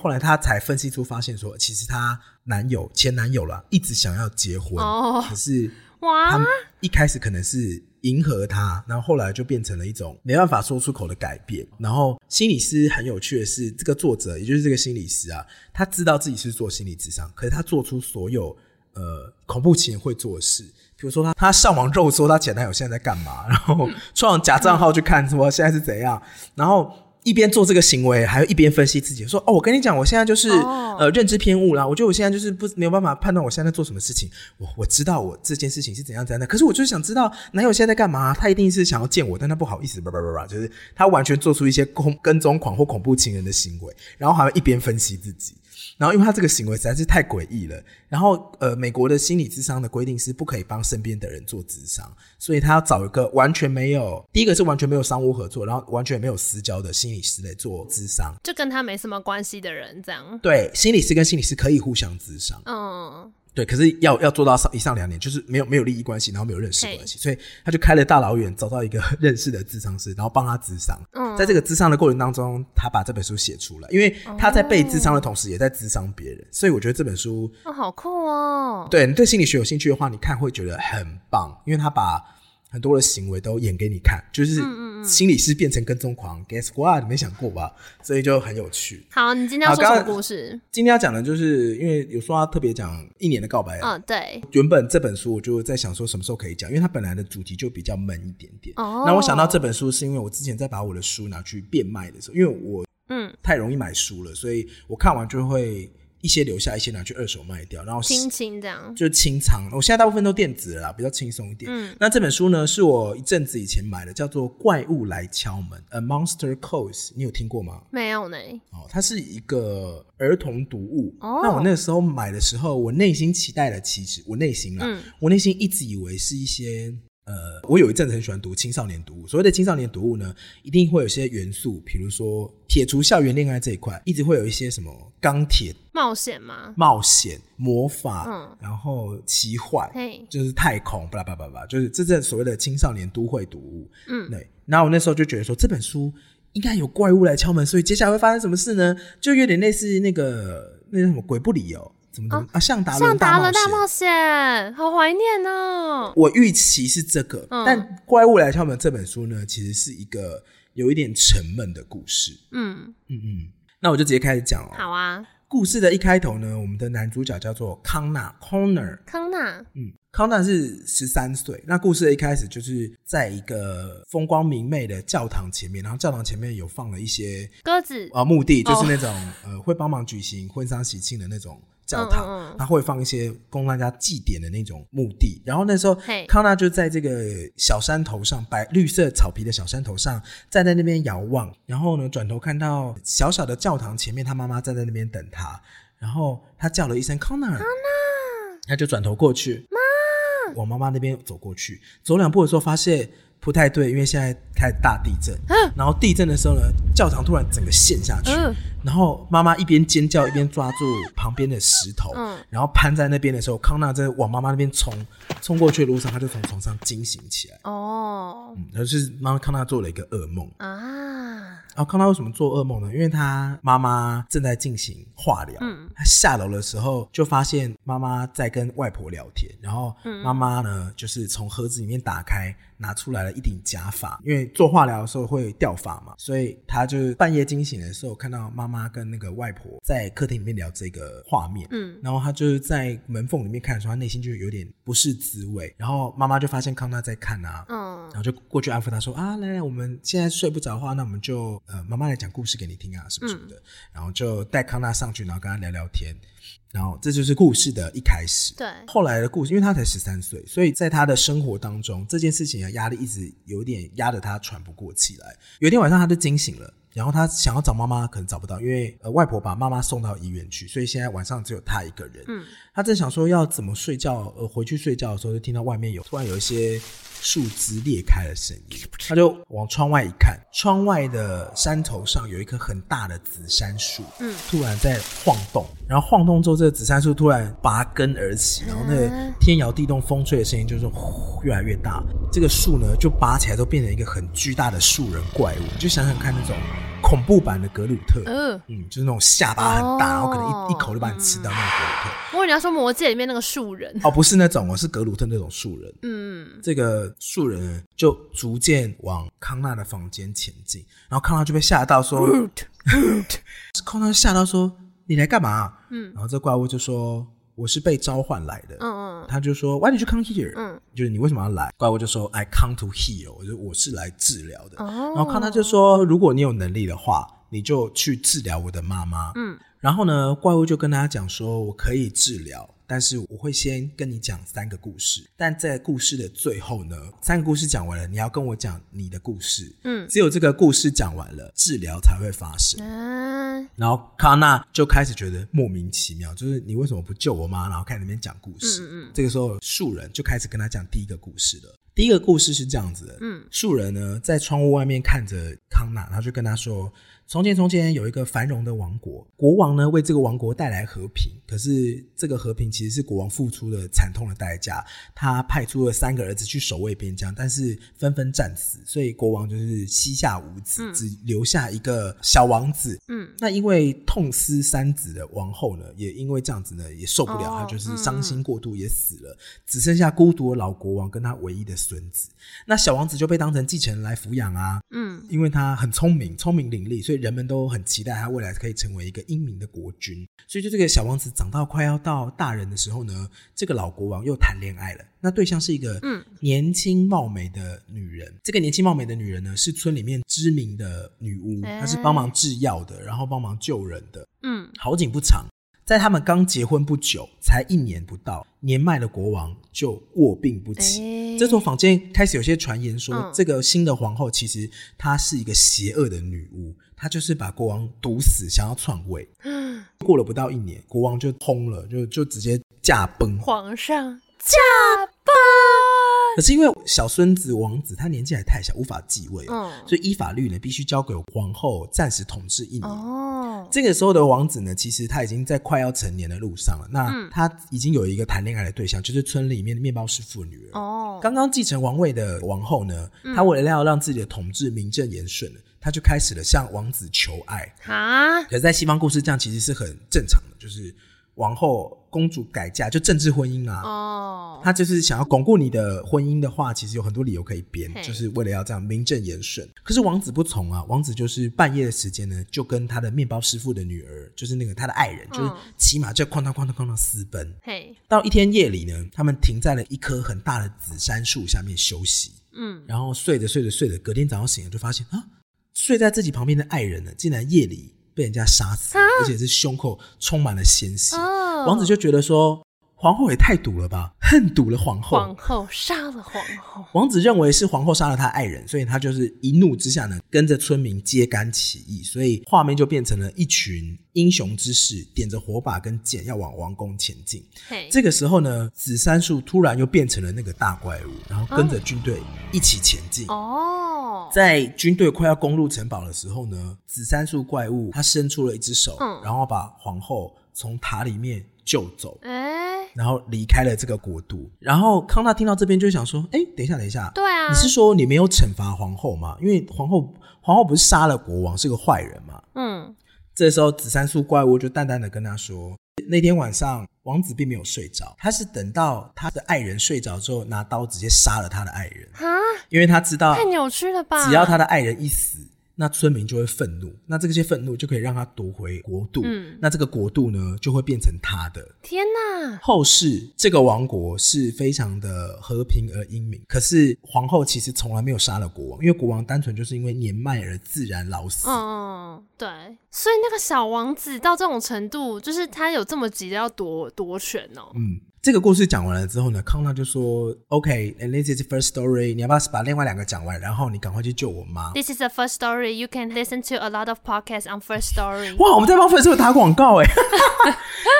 后来她才分析出，发现说，其实她男友前男友啦，一直想要结婚，哦可是他哇们，一开始可能是迎合他，然后后来就变成了一种没办法说出口的改变。然后心理师很有趣的是，这个作者也就是这个心理师啊，他知道自己是做心理智商，可是他做出所有呃恐怖情人会做的事。比如说他，他上网肉搜他前男友现在在干嘛，然后创假账号去看说现在是怎样，然后一边做这个行为，还要一边分析自己，说哦，我跟你讲，我现在就是、哦呃认知偏误啦，我觉得我现在就是不没有办法判断我现在在做什么事情，我我知道我这件事情是怎样怎样的，可是我就是想知道男友现在在干嘛，他一定是想要见我，但他不好意思，叭叭叭叭，就是他完全做出一些恐跟踪狂或恐怖情人的行为，然后还要一边分析自己。然后，因为他这个行为实在是太诡异了，然后呃，美国的心理智商的规定是不可以帮身边的人做智商，所以他要找一个完全没有，第一个是完全没有商务合作，然后完全没有私交的心理师来做智商。就跟他没什么关系的人这样，对，心理师跟心理师可以互相智商，嗯，对，可是要要做到上以上两点，就是没有没有利益关系，然后没有认识关系，所以他就开了大老远找到一个认识的智商师，然后帮他智商。嗯在这个智商的过程当中，他把这本书写出来，因为他在被智商的同时，也在智商别人，所以我觉得这本书哦，好酷哦，对你对心理学有兴趣的话，你看会觉得很棒，因为他把很多的行为都演给你看，就是心理师变成跟踪狂、g u e s s what？你没想过吧？所以就很有趣。好，你今天要说好什刚么故事？今天要讲的就是，因为有说要特别讲一年的告白，啊嗯，对，原本这本书我就在想说什么时候可以讲，因为它本来的主题就比较闷一点点。哦那我想到这本书是因为我之前在把我的书拿去变卖的时候，因为我嗯，太容易买书了，所以我看完就会一些留下，一些拿去二手卖掉，然后亲亲这样，就清仓。我现在大部分都电子了啦，比较轻松一点。嗯那这本书呢，是我一阵子以前买的，叫做《怪物来敲门》（A Monster Calls），你有听过吗？没有呢，哦，它是一个儿童读物。哦那我那时候买的时候，我内心期待的其实我内心啦，嗯我内心一直以为是一些呃，我有一阵子很喜欢读青少年读物。所谓的青少年读物呢，一定会有一些元素，比如说铁除校园恋爱这一块，一直会有一些什么钢铁冒险吗？冒险、魔法，嗯然后奇幻，嘿，就是太空，巴拉巴拉巴拉，就是这阵所谓的青少年都会读物。嗯对。然后我那时候就觉得说，这本书应该有怪物来敲门，所以接下来会发生什么事呢？就有点类似那个那个什么鬼不理哦，怎么怎么、啊，向达像伦达大冒伦大险。冒险，好怀念哦。我预期是这个，嗯但《怪物来敲门》这本书呢，其实是一个有一点沉闷的故事。嗯，嗯嗯，那我就直接开始讲哦。好啊，故事的一开头呢，我们的男主角叫做康纳 （Connor）。康纳，嗯，康纳是十三岁。那故事的一开始就是在一个风光明媚的教堂前面，然后教堂前面有放了一些鸽子，呃墓地，就是哦那种、呃会帮忙举行婚丧喜庆的那种教嗯嗯堂嗯，他、会放一些供大家祭典的那种墓地。然后那时候嘿康纳就在这个小山头上，白绿色草皮的小山头上站在那边遥望，然后呢转头看到小小的教堂前面，他妈妈站在那边等他，然后他叫了一声康纳，康纳，他就转头过去，妈，往妈妈那边走过去，走两步的时候发现。不太对，因为现在开始大地震，然后地震的时候呢，教堂突然整个陷下去，啊嗯然后妈妈一边尖叫一边抓住旁边的石头，嗯然后攀在那边的时候，康纳在往妈妈那边冲，冲过去的路上，他就从床上惊醒起来。哦，嗯，而是妈妈康纳做了一个噩梦。啊，然后康纳为什么做噩梦呢？因为他妈妈正在进行化疗，嗯他下楼的时候就发现妈妈在跟外婆聊天，然后嗯妈妈呢就是从盒子里面打开拿出来了一顶假发，因为做化疗的时候会掉发嘛，所以他就是半夜惊醒的时候看到妈妈跟那个外婆在客厅里面聊这个画面，嗯，然后他就是在门缝里面看的时候，他内心就有点不是滋味，然后妈妈就发现康纳在看啊，嗯然，后就过去安抚他说啊，来来，我们现在睡不着的话，那我们就呃，妈妈来讲故事给你听啊，什么嗯什么的。然后就带康纳上去，然后跟他聊聊天。然后这就是故事的一开始。对，后来的故事，因为他才十三岁，所以在他的生活当中，这件事情的压力一直有点压得他喘不过气来。有一天晚上，他就惊醒了，然后他想要找妈妈，可能找不到，因为呃外婆把妈妈送到医院去，所以现在晚上只有他一个人。嗯，他正想说要怎么睡觉，呃，回去睡觉的时候就听到外面有突然有一些树枝裂开的声音，他就往窗外一看，窗外的山头上有一棵很大的紫杉树，嗯，突然在晃动，然后晃动之后，这个紫杉树突然拔根而起，然后那啊个天摇地动、风吹的声音就是呼越来越大，这个树呢就拔起来都变成一个很巨大的树人怪物，就想想看那种恐怖版的格鲁特。呃，嗯，就是那种下巴很大，哦然后可能一一口就把你吃掉那种格鲁特。我以为你要说《魔戒》里面那个树人， 哦，不是那种哦，是格鲁特那种树人。嗯，这个树人呢就逐渐往康纳的房间前进，然后康纳就被吓到说， 康纳吓到说：“你来干嘛？”啊嗯然后这怪物就说：“我是被召唤来的。”嗯嗯他就说：“Why did you come here？” 嗯，就是你为什么要来？怪物就说：“I come to heal，就是我是来治疗的。”哦，然后康纳就说：“如果你有能力的话，你就去治疗我的妈妈。”嗯，然后呢，怪物就跟他讲说：“我可以治疗，但是我会先跟你讲三个故事。但在故事的最后呢，三个故事讲完了，你要跟我讲你的故事。嗯只有这个故事讲完了，治疗才会发生。嗯，然后康纳就开始觉得莫名其妙，就是你为什么不救我妈？然后开始那边讲故事。嗯嗯这个时候，树人就开始跟他讲第一个故事了。第一个故事是这样子的，嗯，树人呢在窗户外面看着康纳，然后就跟他说：“从前从前有一个繁荣的王国，国王呢为这个王国带来和平，可是这个和平其实是国王付出了惨痛的代价。他派出了三个儿子去守卫边疆，但是纷纷战死，所以国王就是膝下无子，嗯只留下一个小王子。嗯那因为痛失三子的王后呢，也因为这样子呢，也受不了，哦她就是伤心过度也死了，只剩下孤独的老国王跟他唯一的孙子。那小王子就被当成继承人来抚养啊，嗯，因为他很聪明，聪明伶俐，所以人们都很期待他未来可以成为一个英明的国君。所以，就这个小王子长到快要到大人的时候呢，这个老国王又谈恋爱了。那对象是一个嗯年轻貌美的女人。这个年轻貌美的女人呢，是村里面知名的女巫，哎她是帮忙制药的，然后帮忙救人的。嗯，好景不长，在他们刚结婚不久，才一年不到，年迈的国王就卧病不起。哎这时候坊间开始有些传言说，嗯这个新的皇后其实她是一个邪恶的女巫，她就是把国王毒死，想要篡位。嗯过了不到一年，国王就轰了，就就直接驾崩。皇上可是因为小孙子王子他年纪还太小，无法继位哦，嗯所以依法律呢，必须交给皇后暂时统治一年。哦，这个时候的王子呢，其实他已经在快要成年的路上了。那嗯他已经有一个谈恋爱的对象，就是村里面的面包师傅的女儿。哦，嗯刚刚继承王位的王后呢，她为了要让自己的统治名正言顺，她就开始了向王子求爱。啊，可是，在西方故事，这样其实是很正常的，就是王后公主改嫁就政治婚姻啊。哦，她就是想要巩固你的婚姻的话，其实有很多理由可以编嘿，就是为了要这样名正言顺。可是王子不从啊，王子就是半夜的时间呢，就跟他的面包师傅的女儿，就是那个他的爱人，就是嗯骑马就哐当哐当哐当私奔。嘿，到一天夜里呢，他们停在了一棵很大的紫杉树下面休息，嗯，然后睡着睡着睡着，隔天早上醒了就发现啊，睡在自己旁边的爱人呢，竟然夜里被人家杀死，而且是胸口充满了鲜血。啊哦，王子就觉得说，皇后也太毒了吧，恨毒了皇后。皇后杀了皇 后，王子认为是皇后杀了他爱人，所以他就是一怒之下呢，跟着村民揭竿起义，所以画面就变成了一群英雄之士点着火把跟剑要往王宫前进。嘿，这个时候呢，紫杉树突然又变成了那个大怪物，然后跟着军队一起前进。哦，在军队快要攻入城堡的时候呢，紫杉树怪物它伸出了一只手，嗯然后把皇后从塔里面救走，哎，然后离开了这个国度。然后康纳听到这边就想说：“哎，等一下，等一下，对啊，你是说你没有惩罚皇后吗？因为皇后皇后不是杀了国王，是个坏人嘛？”嗯，这时候，紫杉树怪物就淡淡的跟他说：“那天晚上，王子并没有睡着，他是等到他的爱人睡着之后，拿刀直接杀了他的爱人，啊，因为他知道，太扭曲了吧？只要他的爱人一死，那村民就会愤怒，那这些愤怒就可以让他夺回国度，嗯那这个国度呢，就会变成他的。”天哪，后世这个王国是非常的和平而英明，可是皇后其实从来没有杀了国王，因为国王单纯就是因为年迈而自然老死。嗯，对，所以那个小王子到这种程度，就是他有这么急着要夺夺权哦，嗯，这个故事讲完了之后呢，康纳就说：“OK，and、this is the first story，你要不要把另外两个讲完，然后你赶快去救我妈 This is the first story. You can listen to a lot of podcasts on first story.？” 哇，我们在帮粉丝打广告 哎、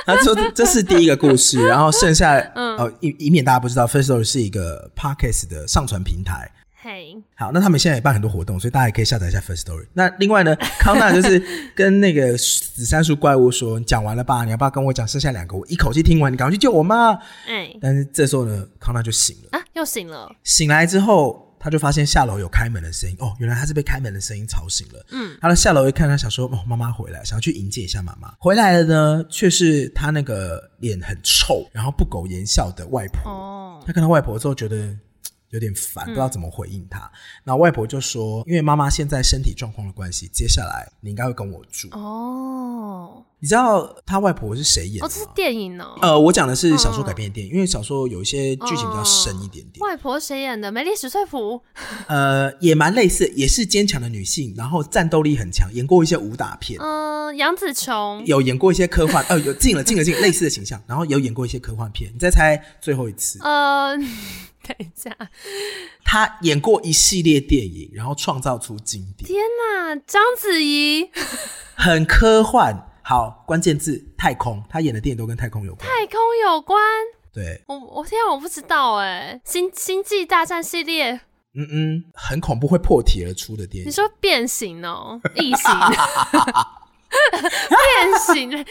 他说这是第一个故事，然后剩下、呃，以以免大家不知道，First Story 是一个 podcast 的上传平台，嘿，好，那他们现在也办很多活动，所以大家也可以下载一下 First Story。那另外呢，康纳就是跟那个紫杉树怪物说：“你讲完了吧？你要不要跟我讲剩下两个？我一口气听完，你赶快去救我妈。哎”、但是这时候呢，康纳就醒了。啊，又醒了，醒来之后，他就发现下楼有开门的声音。哦，原来他是被开门的声音吵醒了。嗯，他下楼一看，他想说：“哦，妈妈回来，想要去迎接一下妈妈。”回来了呢，却是他那个脸很臭，然后不苟言笑的外婆。哦，嗯他看到外婆之后觉得嘖有点烦，不知道怎么回应她。然后外婆就说：“因为妈妈现在身体状况的关系，接下来你应该会跟我住。哦，你知道他外婆是谁演哦，的这是吗？电影哦。呃，我讲的是小说改编的电影，因为小说有一些剧情比较深一点点，外婆谁演的？梅丽史翠普。呃，也蛮类似，也是坚强的女性，然后战斗力很强，演过一些武打片，嗯，杨紫琼。有演过一些科幻， 呃，有进了进了进了类似的形象，然后有演过一些科幻片。你再猜最后一次，呃， 等一下，她演过一系列电影，然后创造出经典。天哪，章子怡，很科幻。好，关键字太空，他演的电影都跟太空有关。太空有关。对，我我天啊，我不知道哎，星星际大战系列，嗯嗯，很恐怖，会破题而出的电你影。说变形哦，异形，变形，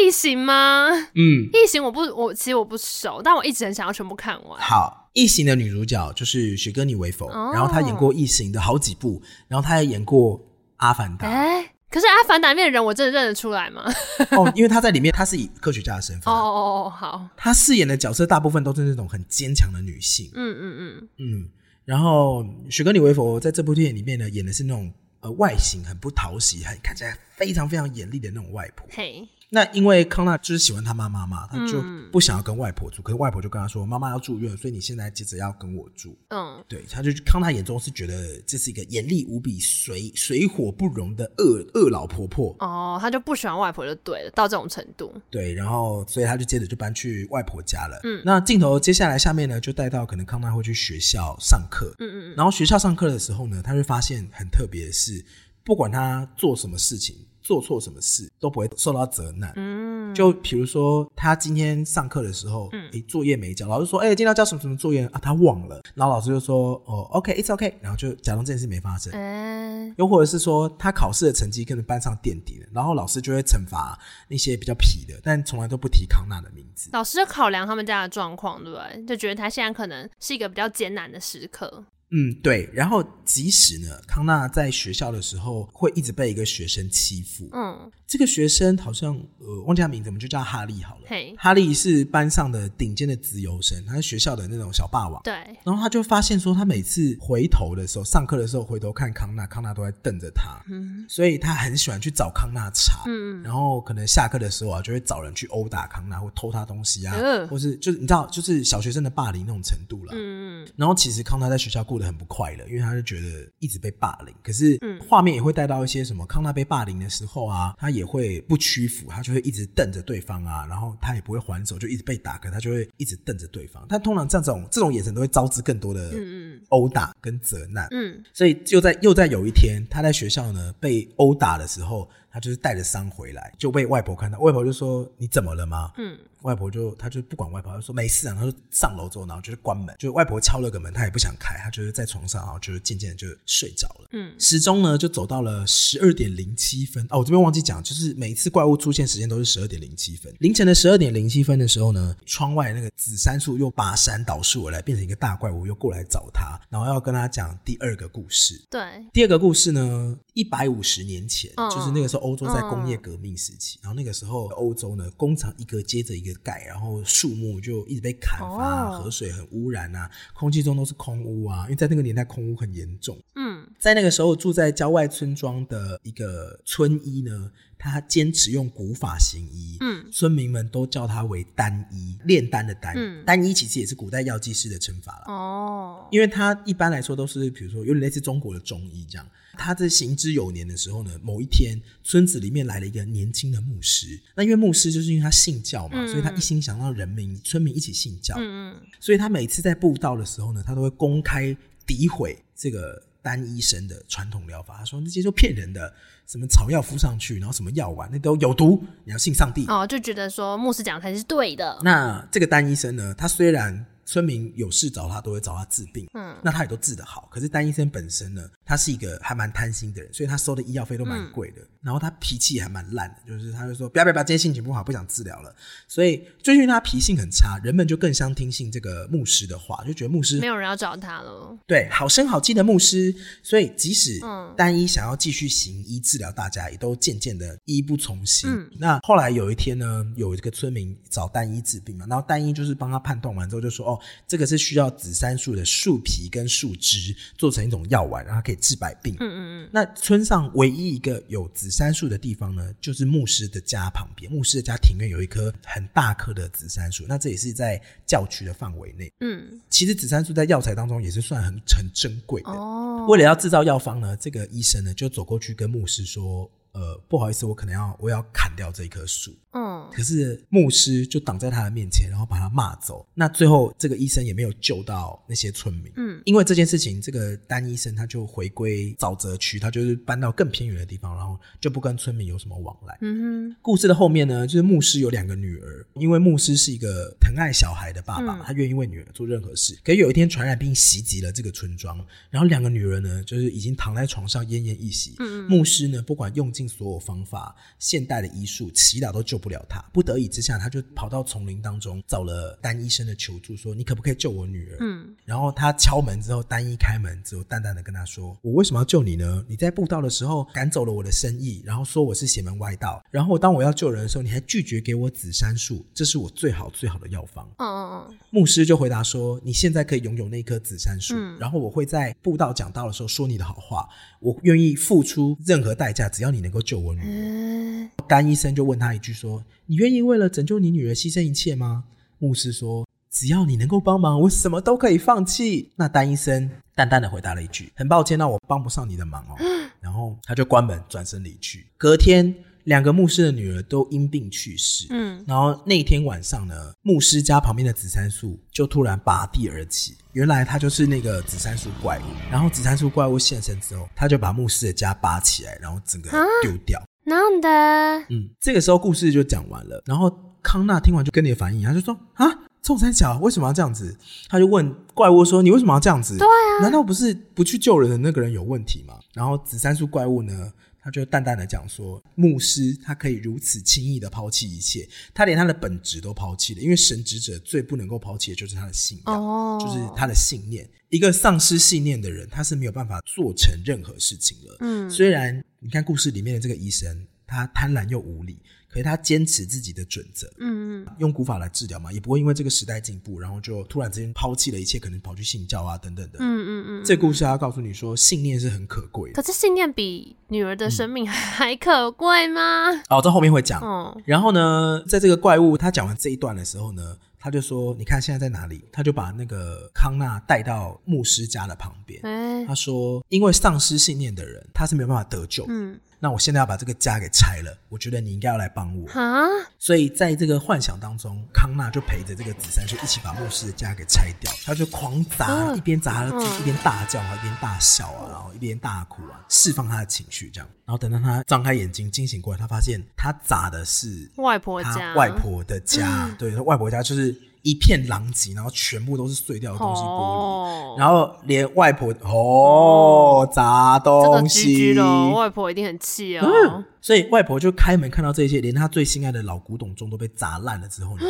异形吗？嗯，异形我不，我其实我不熟，但我一直很想要全部看完。好，《异形》的女主角就是雪歌妮·维佛，哦然后她演过《异形》的好几部，然后她也演过《阿凡达》哎，可是《阿凡达》里面的人，我真的认得出来吗？ 哦，因为他在里面他是以科学家的身哦份啊，哦哦哦，好，他饰演的角色大部分都是那种很坚强的女性。嗯嗯嗯，然后雪格里维佛在这部电影里面呢，演的是那种呃外形很不讨喜，很看起来非常非常严厉的那种外婆嗯，。嘿，那因为康纳就是喜欢他妈妈嘛，他就不想要跟外婆住，可是外婆就跟他说：“妈妈要住院，所以你现在接着要跟我住。”嗯，对，他就康纳眼中是觉得这是一个严厉无比、水水火不容的恶恶老婆婆。哦，他就不喜欢外婆就对了，到这种程度，对，然后所以他就接着就搬去外婆家了。嗯那镜头接下来下面呢，就带到可能康纳会去学校上课。嗯嗯嗯，然后学校上课的时候呢，他会发现很特别的是，不管他做什么事情，做错什么事都不会受到责难。嗯，就比如说，他今天上课的时候，嗯，诶，作业没交，老师说，诶，今天要交什么什么作业啊？他忘了，然后老师就说，哦，OK，it's OK，然后就假装这件事没发生。嗯，又或者是说，他考试的成绩跟着班上垫底了，然后老师就会惩罚那些比较皮的，但从来都不提康纳的名字。老师就考量他们家的状况，对不对？就觉得他现在可能是一个比较艰难的时刻，嗯，对。然后即使呢，康纳在学校的时候会一直被一个学生欺负，嗯，这个学生好像呃忘记他名字，我们就叫哈利好了。嘿，哈利是班上的顶尖的自由生，他是学校的那种小霸王。对，然后他就发现说，他每次回头的时候，上课的时候回头看康纳，康纳都在瞪着他，嗯所以他很喜欢去找康纳茬。嗯，然后可能下课的时候啊，就会找人去殴打康纳，或偷他东西啊，呃或是就是你知道，就是小学生的霸凌那种程度了。嗯嗯，然后其实康纳在学校过得很不快乐，因为他就觉得一直被霸凌。可是嗯画面也会带到一些什么康纳被霸凌的时候啊，他也会不屈服，他就会一直瞪着对方啊，然后他也不会还手，就一直被打，可他就会一直瞪着对方。但通常这种这种眼神都会招致更多的嗯殴打跟责难。嗯所以又在又在有一天，他在学校呢被殴打的时候，他就是带着伤回来，就被外婆看到，外婆就说：“你怎么了吗？”嗯，外婆就她就不管外婆，她就说没事啊，然后就上楼之后，然后就是关门，就外婆敲了个门，她也不想开，她就是在床上，然后就是渐渐地就睡着了。嗯，时钟呢就走到了十二点零七分哦，我这边忘记讲，就是每一次怪物出现时间都是十二点零七分，凌晨的十二点零七分的时候呢，窗外那个紫杉树又拔山倒树而来，变成一个大怪物，又过来找他，然后要跟他讲第二个故事。对，第二个故事呢，一百五十年前，嗯就是那个时候欧洲在工业革命时期，然后那个时候欧洲呢，工厂一个接着一个盖，然后树木就一直被砍伐，哦河水很污染啊，空气中都是空污啊，因为在那个年代空污很严重。嗯在那个时候住在郊外村庄的一个村医呢，他坚持用古法行医，嗯村民们都叫他为单医，炼丹的丹，嗯单医其实也是古代药剂师的称法啦。哦，因为他一般来说都是，比如说有点类似中国的中医这样。他在行之有年的时候呢，某一天村子里面来了一个年轻的牧师。那因为牧师就是因为他信教嘛，嗯所以他一心想让人民、村民一起信教，嗯嗯所以他每次在布道的时候呢，他都会公开诋毁这个单医生的传统疗法。他说那些都骗人的，什么草药敷上去，然后什么药丸那都有毒，你要信上帝。哦，就觉得说牧师讲才是对嗯的，那这个单医生呢，他虽然村民有事找他，都会找他治病，嗯那他也都治得好。可是丹医生本身呢，他是一个还蛮贪心的人，所以他收的医药费都蛮贵的。然后他脾气也还蛮烂的，就是他就说不要不要不要，今天心情不好，不想治疗了。所以就因为他脾性很差，人们就更相听信这个牧师的话，就觉得牧师没有人要找他了，对好声好气的牧师。所以即使嗯单一想要继续行医治疗大家，也都渐渐的医不从心。嗯那后来有一天呢，有一个村民找单一治病嘛，然后单一就是帮他判断完之后就说，哦，这个是需要紫杉树的树皮跟树枝做成一种药丸，然后它可以治百病。嗯嗯嗯，那村上唯一一个有紫杉树的地方呢，就是牧师的家旁边。牧师的家庭院有一棵很大棵的紫杉树，那这也是在教区的范围内。嗯其实紫杉树在药材当中也是算很很珍贵的。哦，为了要制造药方呢，这个医生呢就走过去跟牧师说：“呃，不好意思，我可能要我要砍掉这一棵树。”嗯可是牧师就挡在他的面前，然后把他骂走。那最后这个医生也没有救到那些村民。嗯因为这件事情，这个单医生他就回归沼泽区，他就是搬到更偏远的地方，然后就不跟村民有什么往来。嗯哼，故事的后面呢，就是牧师有两个女儿，因为牧师是一个疼爱小孩的爸爸，嗯他愿意为女儿做任何事。可是有一天传染病袭击了这个村庄，然后两个女儿呢，就是已经躺在床上奄奄一息。嗯嗯牧师呢，不管用尽尽所有方法，现代的医术，祈祷都救不了他。不得已之下，他就跑到丛林当中找了丹医生的求助，说：“你可不可以救我女儿？”嗯，然后他敲门之后，单一开门之后，淡淡的跟他说：“我为什么要救你呢？你在布道的时候赶走了我的生意，然后说我是邪门歪道，然后当我要救人的时候，你还拒绝给我紫杉树，这是我最好最好的药方。”嗯嗯嗯，牧师就回答说：“你现在可以拥有那棵紫杉树，嗯然后我会在布道讲道的时候说你的好话，我愿意付出任何代价，只要你能够救我女儿。嗯丹医生就问他一句说：“你愿意为了拯救你女儿牺牲一切吗？”牧师说：“只要你能够帮忙，我什么都可以放弃。”那丹医生淡淡的回答了一句：“很抱歉，那我帮不上你的忙 哦。”然后他就关门转身离去。隔天，两个牧师的女儿都因病去世。嗯，然后那天晚上呢，牧师家旁边的紫杉树就突然拔地而起。原来它就是那个紫杉树怪物。然后紫杉树怪物现身之后，他就把牧师的家拔起来，然后整个啊丢掉。那的，嗯，这个时候故事就讲完了。然后康纳听完就跟你的反应一样，他就说啊，冲三小为什么要这样子？他就问怪物说：“你为什么要这样子？对啊，难道不是不去救人的那个人有问题吗？”然后紫杉树怪物呢，他就淡淡的讲说：“牧师他可以如此轻易的抛弃一切，他连他的本质都抛弃了，因为神职者最不能够抛弃的就是他的信仰。”哦，就是他的信念。一个丧失信念的人，他是没有办法做成任何事情了。嗯虽然你看故事里面的这个医生，他贪婪又无理，可是他坚持自己的准则，嗯嗯用古法来治疗嘛，也不会因为这个时代进步，然后就突然之间抛弃了一切，可能跑去信教啊等等的。嗯嗯嗯，这故事要告诉你说，信念是很可贵的。可是信念比女儿嗯的生命 还可贵吗？哦，这后面会讲。哦，然后呢，在这个怪物他讲完这一段的时候呢，他就说：“你看现在在哪里？”他就把那个康纳带到牧师家的旁边。哎，他说，因为丧失信念的人，他是没有办法得救。嗯，那我现在要把这个家给拆了，我觉得你应该要来帮我。哈，所以在这个幻想当中，康纳就陪着这个紫杉树一起把牧师的家给拆掉。他就狂砸，嗯一边砸嗯一边大叫啊，一边大笑啊，然后一边大哭啊，释放他的情绪这样。然后等到他张开眼睛惊醒过来，他发现他砸的是外婆他家，嗯外婆的家，对，他外婆家就是一片狼藉，然后全部都是碎掉的东西玻璃。哦，然后连外婆哦哦砸这个东居居西，哦咯，外婆一定很气哦。嗯，所以外婆就开门看到这些，连她最心爱的老古董钟都被砸烂了之 后呢，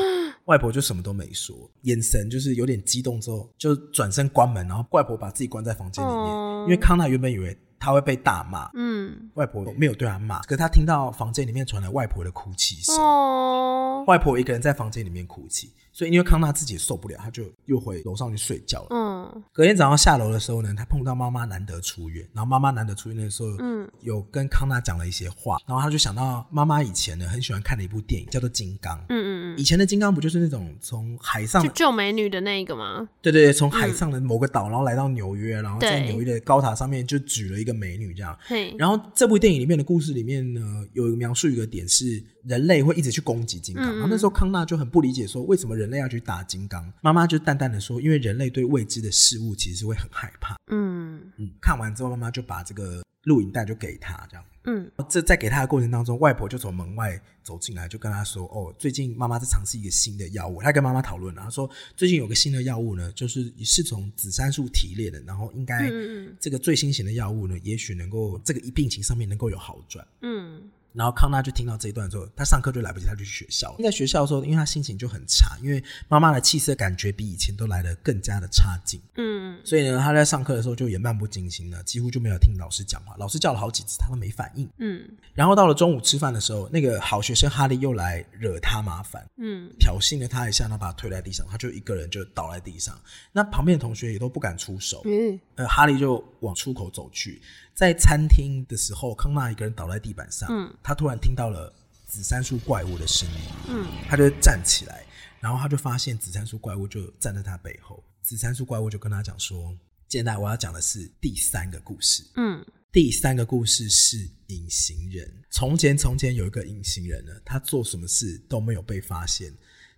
外婆就什么都没说，眼神就是有点激动之后，就转身关门，然后外婆把自己关在房间里面，哦因为康纳原本以为她会被大骂。嗯，外婆没有对她骂，可是她听到房间里面传来外婆的哭泣声，嗯哦，外婆一个人在房间里面哭泣，所以因为康纳自己也受不了，他就又回楼上去睡觉了。嗯隔天早上下楼的时候呢，他碰到妈妈难得出院，然后妈妈难得出院的时候，嗯，有跟康纳讲了一些话，然后他就想到妈妈以前呢很喜欢看的一部电影叫做《金刚》。嗯嗯以前的金刚不就是那种从海上嗯，就，救美女的那一个吗？对对对，从海上的某个岛，然后来到纽约，然后在对嗯纽约的高塔上面就举了一个美女这样。嘿，然后这部电影里面的故事里面呢，有描述一个点是人类会一直去攻击金刚。嗯嗯然后那时候康纳就很不理解，说为什么人类要去打金刚？妈妈就淡淡的说，因为人类对未知的事物其实会很害怕。嗯嗯，看完之后，妈妈就把这个录影带就给他，这样。嗯这在给他的过程当中，外婆就从门外走进来，就跟他说：“哦，最近妈妈在尝试一个新的药物。”他跟妈妈讨论了，他说：“最近有个新的药物呢，就是是从紫杉树提炼的，然后应该嗯嗯这个最新型的药物呢，也许能够这个一病情上面能够有好转。”嗯然后康纳就听到这一段之后，他上课就来不及，他就去学校了。在学校的时候，因为他心情就很差，因为妈妈的气色感觉比以前都来得更加的差劲。嗯所以呢，他在上课的时候就也漫不经心了，几乎就没有听老师讲话。老师叫了好几次，他都没反应。嗯然后到了中午吃饭的时候，那个好学生哈利又来惹他麻烦，嗯挑衅了他一下，然后把他推在地上，他就一个人就倒在地上。那旁边的同学也都不敢出手，嗯，呃，哈利就往出口走去。在餐厅的时候，康纳一个人倒在地板上，嗯他突然听到了紫杉树怪物的声音，嗯，他就站起来，然后他就发现紫杉树怪物就站在他背后，紫杉树怪物就跟他讲说：“现在我要讲的是第三个故事。”嗯第三个故事是隐形人。从前，从前有一个隐形人呢，他做什么事都没有被发现，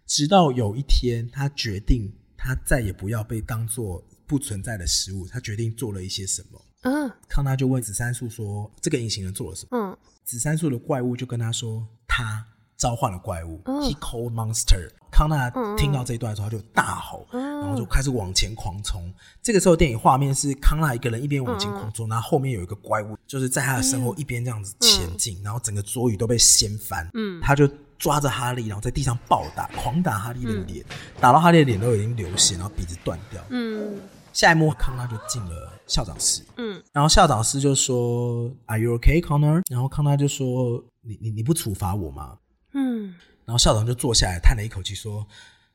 直到有一天，他决定他再也不要被当做不存在的食物，他决定做了一些什么。嗯康纳就问紫杉树说：“这个隐形人做了什么嗯，？”紫杉树的怪物就跟他说：“他召唤了怪物、嗯 h e called monster。”康纳嗯嗯嗯听到这一段的时候，他就大吼：“然后就开始往前狂冲。这个时候电影画面是康纳一个人一边往前狂嗯冲，然后后面有一个怪物就是在他的身后一边这样子前进，然后整个桌椅都被掀翻，嗯他就抓着哈利，然后在地上暴打，狂打哈利的脸，打到哈利的脸都已经流血，然后鼻子断掉。嗯下一幕康纳就进了校长室，嗯然后校长师就说：“Are you okay, Connor？” 然后康纳就说：“你你你不处罚我吗嗯，？”然后校长就坐下来叹了一口气说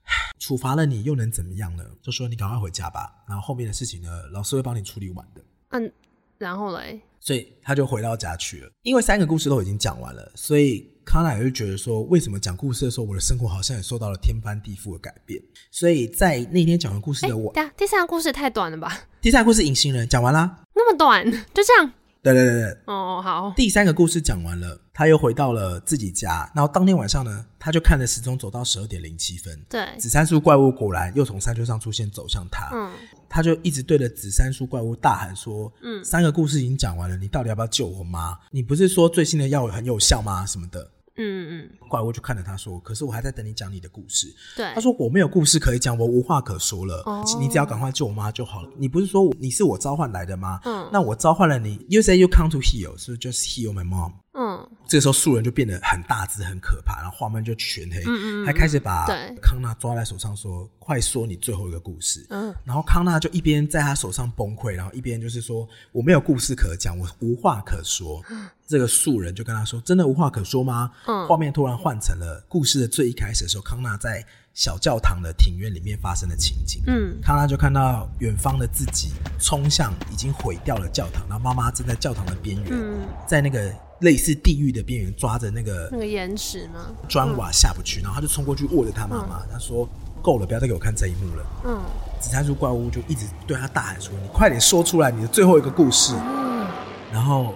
唉：“处罚了你又能怎么样呢？就说你赶快回家吧。然后后面的事情呢，老师会帮你处理完的。”嗯，然后嘞，所以他就回到家去了。因为三个故事都已经讲完了，所以康乃尔就觉得说，为什么讲故事的时候，我的生活好像也受到了天翻地覆的改变？所以在那天讲完故事哎的，我，等下第三个故事太短了吧？第三个故事《隐形人》讲完啦。那么短，就这样。对对对对，哦，好，第三个故事讲完了，他又回到了自己家。然后当天晚上呢，他就看着时钟走到十二点零七分，对，紫杉树怪物果然又从山丘上出现，走向他。嗯他就一直对着紫杉树怪物大喊说：“嗯三个故事已经讲完了，你到底要不要救我妈？你不是说最新的药很有效吗？什么的。”嗯嗯，怪物就看着他说：“可是我还在等你讲你的故事。”对他，说：“我没有故事可以讲，我无话可说了。哎哦你只要赶快救我妈就好了。你不是说我你是我召唤来的吗？嗯那我召唤了你，You say you come to heal，是不是 just heal my mom？” 嗯这个时候树人就变得很大只、很可怕，然后画面就全黑，嗯嗯嗯还开始把对康纳抓在手上说：“快说你最后一个故事。”嗯然后康纳就一边在他手上崩溃，然后一边就是说我没有故事可讲，我无话可说。 这个素人就跟他说：“真的无话可说吗？”嗯画面突然换成了故事的最一开始的时候，康纳在小教堂的庭院里面发生的情景。嗯康纳就看到远方的自己冲向已经毁掉了教堂，然后妈妈正在教堂的边缘，嗯，在那个类似地狱的边缘抓着那个那个延迟吗？砖瓦下不嗯去，然后他就冲过去握着他妈妈，他说：“够了，不要再给我看这一幕了。”嗯紫杉树怪物就一直对他大喊说：“你快点说出来你的最后一个故事。嗯”然后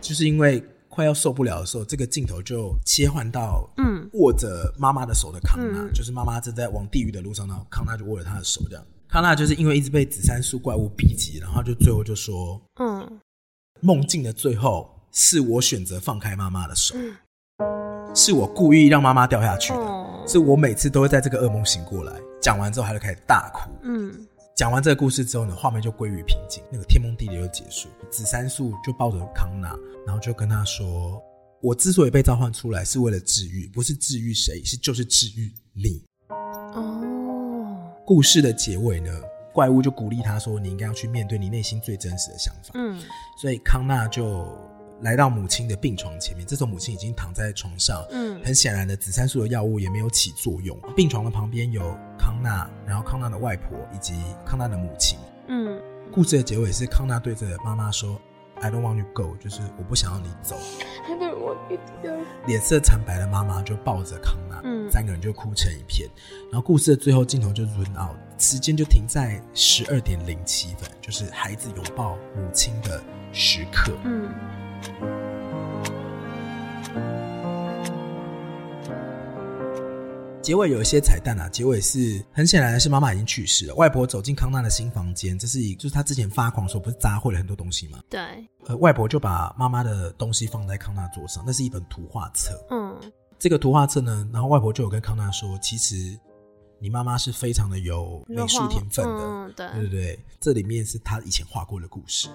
就是因为快要受不了的时候，这个镜头就切换到嗯握着妈妈的手的康纳，嗯就是妈妈正在往地狱的路上，然后康纳就握着她的手这样。康纳就是因为一直被紫杉树怪物逼急，然后就最后就说：“嗯梦境的最后是我选择放开妈妈的手，是我故意让妈妈掉下去的，哦是我每次都会在这个噩梦醒过来。”讲完之后，他就开始大哭。嗯讲完这个故事之后呢，画面就归于平静，那个天崩地裂就结束。紫杉树就抱着康纳，然后就跟他说：“我之所以被召唤出来，是为了治愈，不是治愈谁，是就是治愈你。哦”故事的结尾呢，怪物就鼓励他说：“你应该要去面对你内心最真实的想法。嗯所以康纳就来到母亲的病床前面，这时候母亲已经躺在床上，嗯很显然的，紫杉树的药物也没有起作用。病床的旁边有康纳，然后康纳的外婆以及康纳的母亲。嗯，故事的结尾是康纳对着妈妈说：“I don't want you go，就是我不想要你走。 I don't want you to go. ”脸色惨白的妈妈就抱着康纳，嗯三个人就哭成一片。然后故事的最后镜头就 run out，时间就停在十二点零七分，就是孩子拥抱母亲的时刻。嗯结尾有一些彩蛋啊，结尾是很显然的是妈妈已经去世了，外婆走进康纳的新房间，这是一就是他之前发狂的时候不是砸毁了很多东西吗？对，呃，外婆就把妈妈的东西放在康纳桌上，那是一本图画册。嗯这个图画册呢，然后外婆就有跟康纳说，其实你妈妈是非常的有美术天分的，嗯对，对对对，这里面是她以前画过的故事。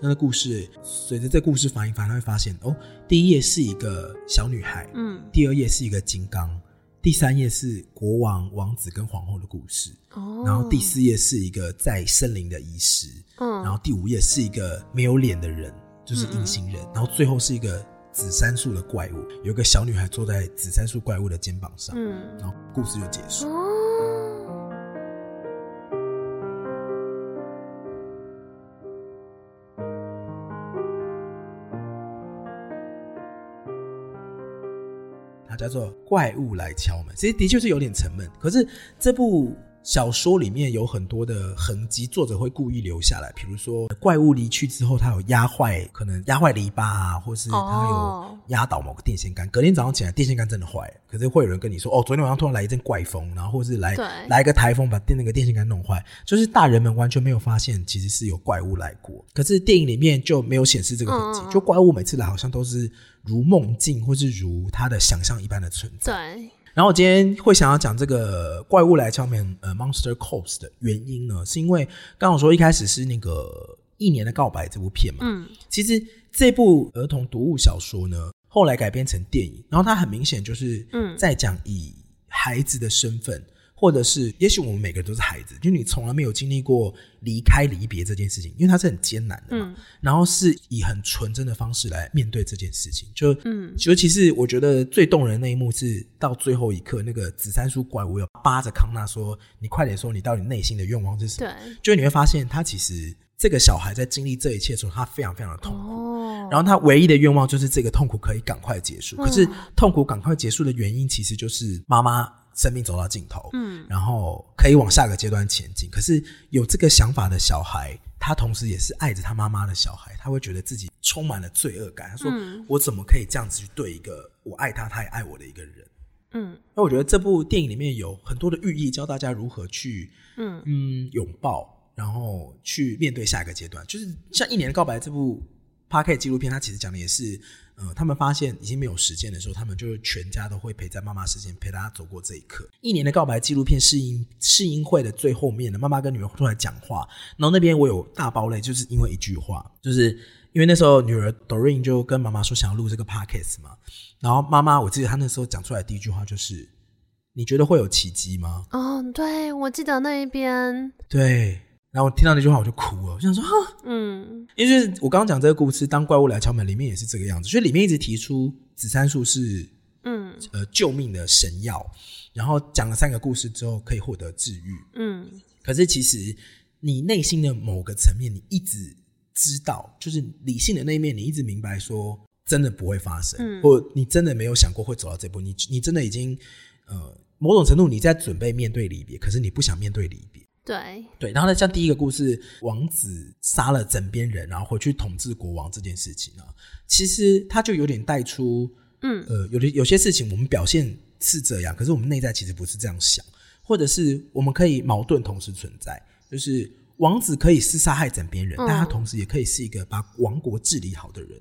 那个故事随着这故事翻一翻，他会发现哦，第一页是一个小女孩，嗯第二页是一个金刚，第三页是国王、王子跟皇后的故事，哦，然后第四页是一个在森林的医师，然嗯，后第五页是一个没有脸的人，就是隐形嗯人，然后最后是一个紫杉树的怪物，有一个小女孩坐在紫杉树怪物的肩膀上，嗯然后故事就结束。哦，它叫做《怪物来敲门》，其实的确是有点沉闷，可是这部。小说里面有很多的痕迹，作者会故意留下来，比如说怪物离去之后，它有压坏，可能压坏篱笆啊，或是它有哦压倒某个电线杆。隔天早上起来，电线杆真的坏了，可是会有人跟你说，哦，昨天晚上突然来一阵怪风，然后或是来对来一个台风把电那个电线杆弄坏，就是大人们完全没有发现其实是有怪物来过，可是电影里面就没有显示这个痕迹嗯嗯，嗯就怪物每次来好像都是如梦境或是如他的想象一般的存在。对，然然后我今天会想要讲这个怪物来敲门，呃，Monster Calls 的原因呢，是因为刚刚我说一开始是那个《一年的告白》这部片嘛，嗯，其实这部儿童读物小说呢，后来改编成电影，然后它很明显就是嗯在讲以孩子的身份，或者是也许我们每个人都是孩子，就你从来没有经历过离开离别这件事情，因为它是很艰难的嘛。嗯然后是以很纯真的方式来面对这件事情，就嗯尤其是我觉得最动人的那一幕是到最后一刻，那个紫杉树怪物要扒着康纳说：“你快点说，你到底内心的愿望是什么对，？”就你会发现，他其实这个小孩在经历这一切的时候，他非常非常的痛苦。哦，然后他唯一的愿望就是这个痛苦可以赶快结束。嗯可是痛苦赶快结束的原因，其实就是妈妈生命走到尽头，嗯然后可以往下个阶段前进。可是有这个想法的小孩，他同时也是爱着他妈妈的小孩，他会觉得自己充满了罪恶感。他说：“嗯我怎么可以这样子去对一个我爱他，他也爱我的一个人嗯？”那我觉得这部电影里面有很多的寓意，教大家如何去嗯嗯，拥抱，然后去面对下一个阶段。就是像《一年的告白》这部 p a r k 纪录片，它其实讲的也是，呃，他们发现已经没有时间的时候，他们就是全家都会陪在妈妈身边，陪她走过这一刻。《一年的告白》纪录片试映试映会的最后面的妈妈跟女儿出来讲话，然后那边我有大爆泪，就是因为一句话，就是因为那时候女儿 Doreen 就跟妈妈说想要录这个 podcast 嘛，然后妈妈我记得她那时候讲出来的第一句话就是：“你觉得会有奇迹吗？”哦，对，我记得那一边，对，然后我听到那句话我就哭了，我想说啊，嗯因为就是我刚刚讲这个故事，当怪物来敲门里面也是这个样子，所以里面一直提出紫杉树是嗯呃救命的神药，然后讲了三个故事之后可以获得治愈，嗯可是其实你内心的某个层面，你一直知道，就是理性的那一面，你一直明白说真的不会发生，嗯或你真的没有想过会走到这步，你你真的已经呃某种程度你在准备面对离别，可是你不想面对离别。对，对，然后呢，像第一个故事，王子杀了枕边人，然后回去统治国王这件事情啊，其实他就有点带出，嗯呃，有的有些事情我们表现是这样，可是我们内在其实不是这样想，或者是我们可以矛盾同时存在，就是王子可以是杀害枕边人，嗯但他同时也可以是一个把王国治理好的人，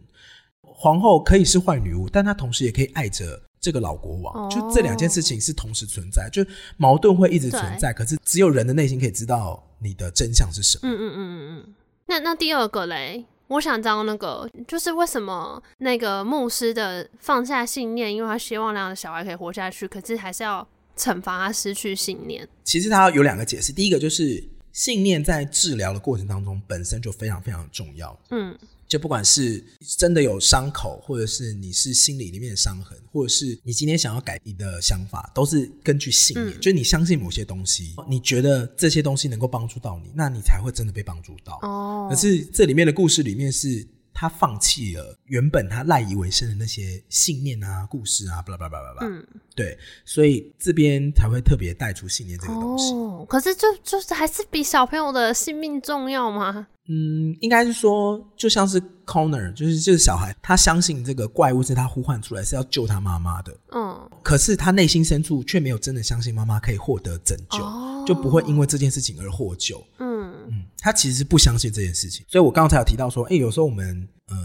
皇后可以是坏女巫，但她同时也可以爱着。这个老国王，哦就这两件事情是同时存在，就矛盾会一直存在。可是只有人的内心可以知道你的真相是什么。嗯嗯嗯嗯嗯。那那第二个嘞，我想知道那个就是为什么那个牧师的放下信念，因为他希望让小孩可以活下去，可是还是要惩罚他失去信念。其实它有两个解释，第一个就是信念在治疗的过程当中本身就非常非常重要。嗯就不管是真的有伤口，或者是你是心理里面的伤痕，或者是你今天想要改你的想法，都是根据信念，嗯就是你相信某些东西，你觉得这些东西能够帮助到你，那你才会真的被帮助到。哦可，是这里面的故事里面是他放弃了原本他赖以为生的那些信念啊、故事啊，巴拉巴拉巴拉巴拉。嗯对，所以这边才会特别带出信念这个东西。哦，可是就就是还是比小朋友的性命重要吗？嗯，应该是说，就像是 Connor，就是就是小孩，他相信这个怪物是他呼唤出来是要救他妈妈的，嗯，可是他内心深处却没有真的相信妈妈可以获得拯救，哦就不会因为这件事情而获救。嗯嗯，他其实是不相信这件事情，所以我刚才有提到说，哎、有时候我们呃，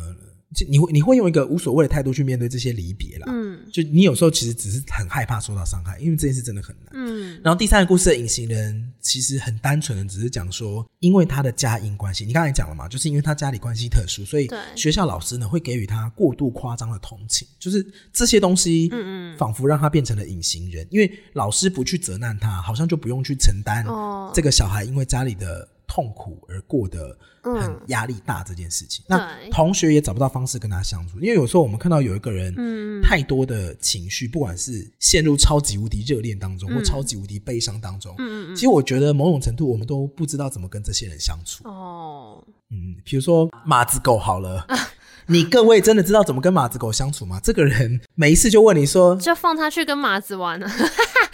就你会你会用一个无所谓的态度去面对这些离别啦，嗯就你有时候其实只是很害怕受到伤害，因为这件事真的很难。嗯然后第三个故事的隐形人其实很单纯的，只是讲说，因为他的家因关系，你刚才讲了嘛，就是因为他家里关系特殊，所以对学校老师呢会给予他过度夸张的同情，就是这些东西，嗯嗯仿佛让他变成了隐形人，因为老师不去责难他，好像就不用去承担哦这个小孩因为家里的痛苦而过得很嗯压力大这件事情。对那同学也找不到方式跟他相处，因为有时候我们看到有一个人，嗯太多的情绪，不管是陷入超级无敌热恋当中，或嗯超级无敌悲伤当中，嗯嗯其实我觉得某种程度我们都不知道怎么跟这些人相处嗯，。哦，嗯，比如说马子狗好 了，你各位真的知道怎么跟马子狗相处吗？这个人每一次就问你说。就放他去跟马子玩了，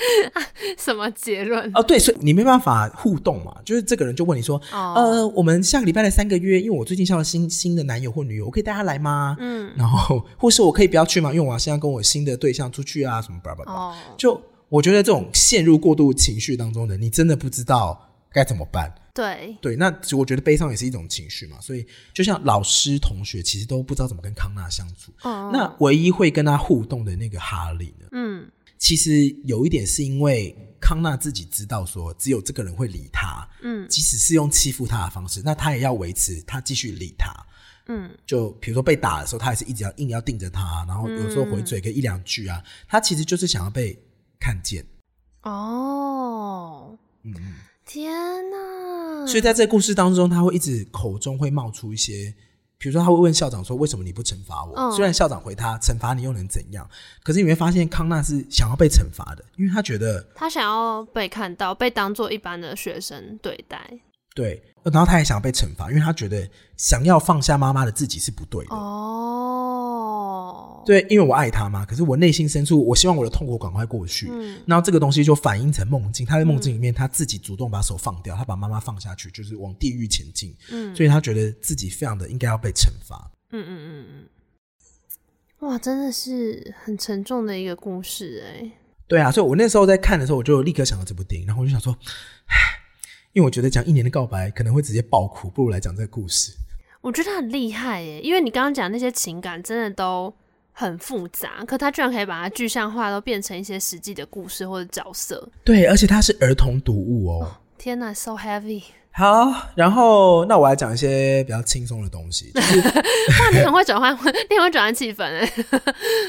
什么结论？哦，对，所以你没办法互动嘛，就是这个人就问你说，哦呃，我们下个礼拜的三个月，因为我最近交了新新的男友或女友，我可以带他来吗？嗯然后或是我可以不要去吗？因为我要现在跟我新的对象出去啊，什么吧吧吧。哦，就我觉得这种陷入过度情绪当中的，你真的不知道该怎么办？对，对，那我觉得悲伤也是一种情绪嘛，所以就像老师、同学其实都不知道怎么跟康纳相处。嗯，那唯一会跟他互动的那个哈利呢，嗯其实有一点是因为康纳自己知道说，只有这个人会理他，嗯即使是用欺负他的方式，那他也要维持他继续理他。嗯就比如说被打的时候，他也是一直要硬要盯着他，然后有时候回嘴个一两句啊，他其实就是想要被看见。哦，嗯嗯。天哪！所以在这个故事当中，他会一直口中会冒出一些，比如说他会问校长说：“为什么你不惩罚我？”嗯虽然校长回他：“惩罚你又能怎样？”可是你会发现康纳是想要被惩罚的，因为他觉得他想要被看到，被当做一般的学生对待。对，然后他也想要被惩罚，因为他觉得想要放下妈妈的自己是不对的。哦，，对，因为我爱他嘛，可是我内心深处，我希望我的痛苦赶快过去。嗯然后这个东西就反映成梦境，他在梦境里面他自己主动把手放掉，他把妈妈放下去，就是往地狱前进，嗯，所以他觉得自己非常的应该要被惩罚。嗯嗯嗯嗯，哇，真的是很沉重的一个故事哎、对啊，所以我那时候在看的时候，我就立刻想到这部电影，然后我就想说，唉，因为我觉得讲一年的告白可能会直接爆哭，不如来讲这个故事。我觉得很厉害耶，因为你刚刚讲那些情感真的都很复杂，可他居然可以把它具象化，都变成一些实际的故事或者角色。对，而且它是儿童读物哦。天呐，so heavy！ 好，然后那我来讲一些比较轻松的东 西，就是哇，你很会转换， 你很会转换气氛哎。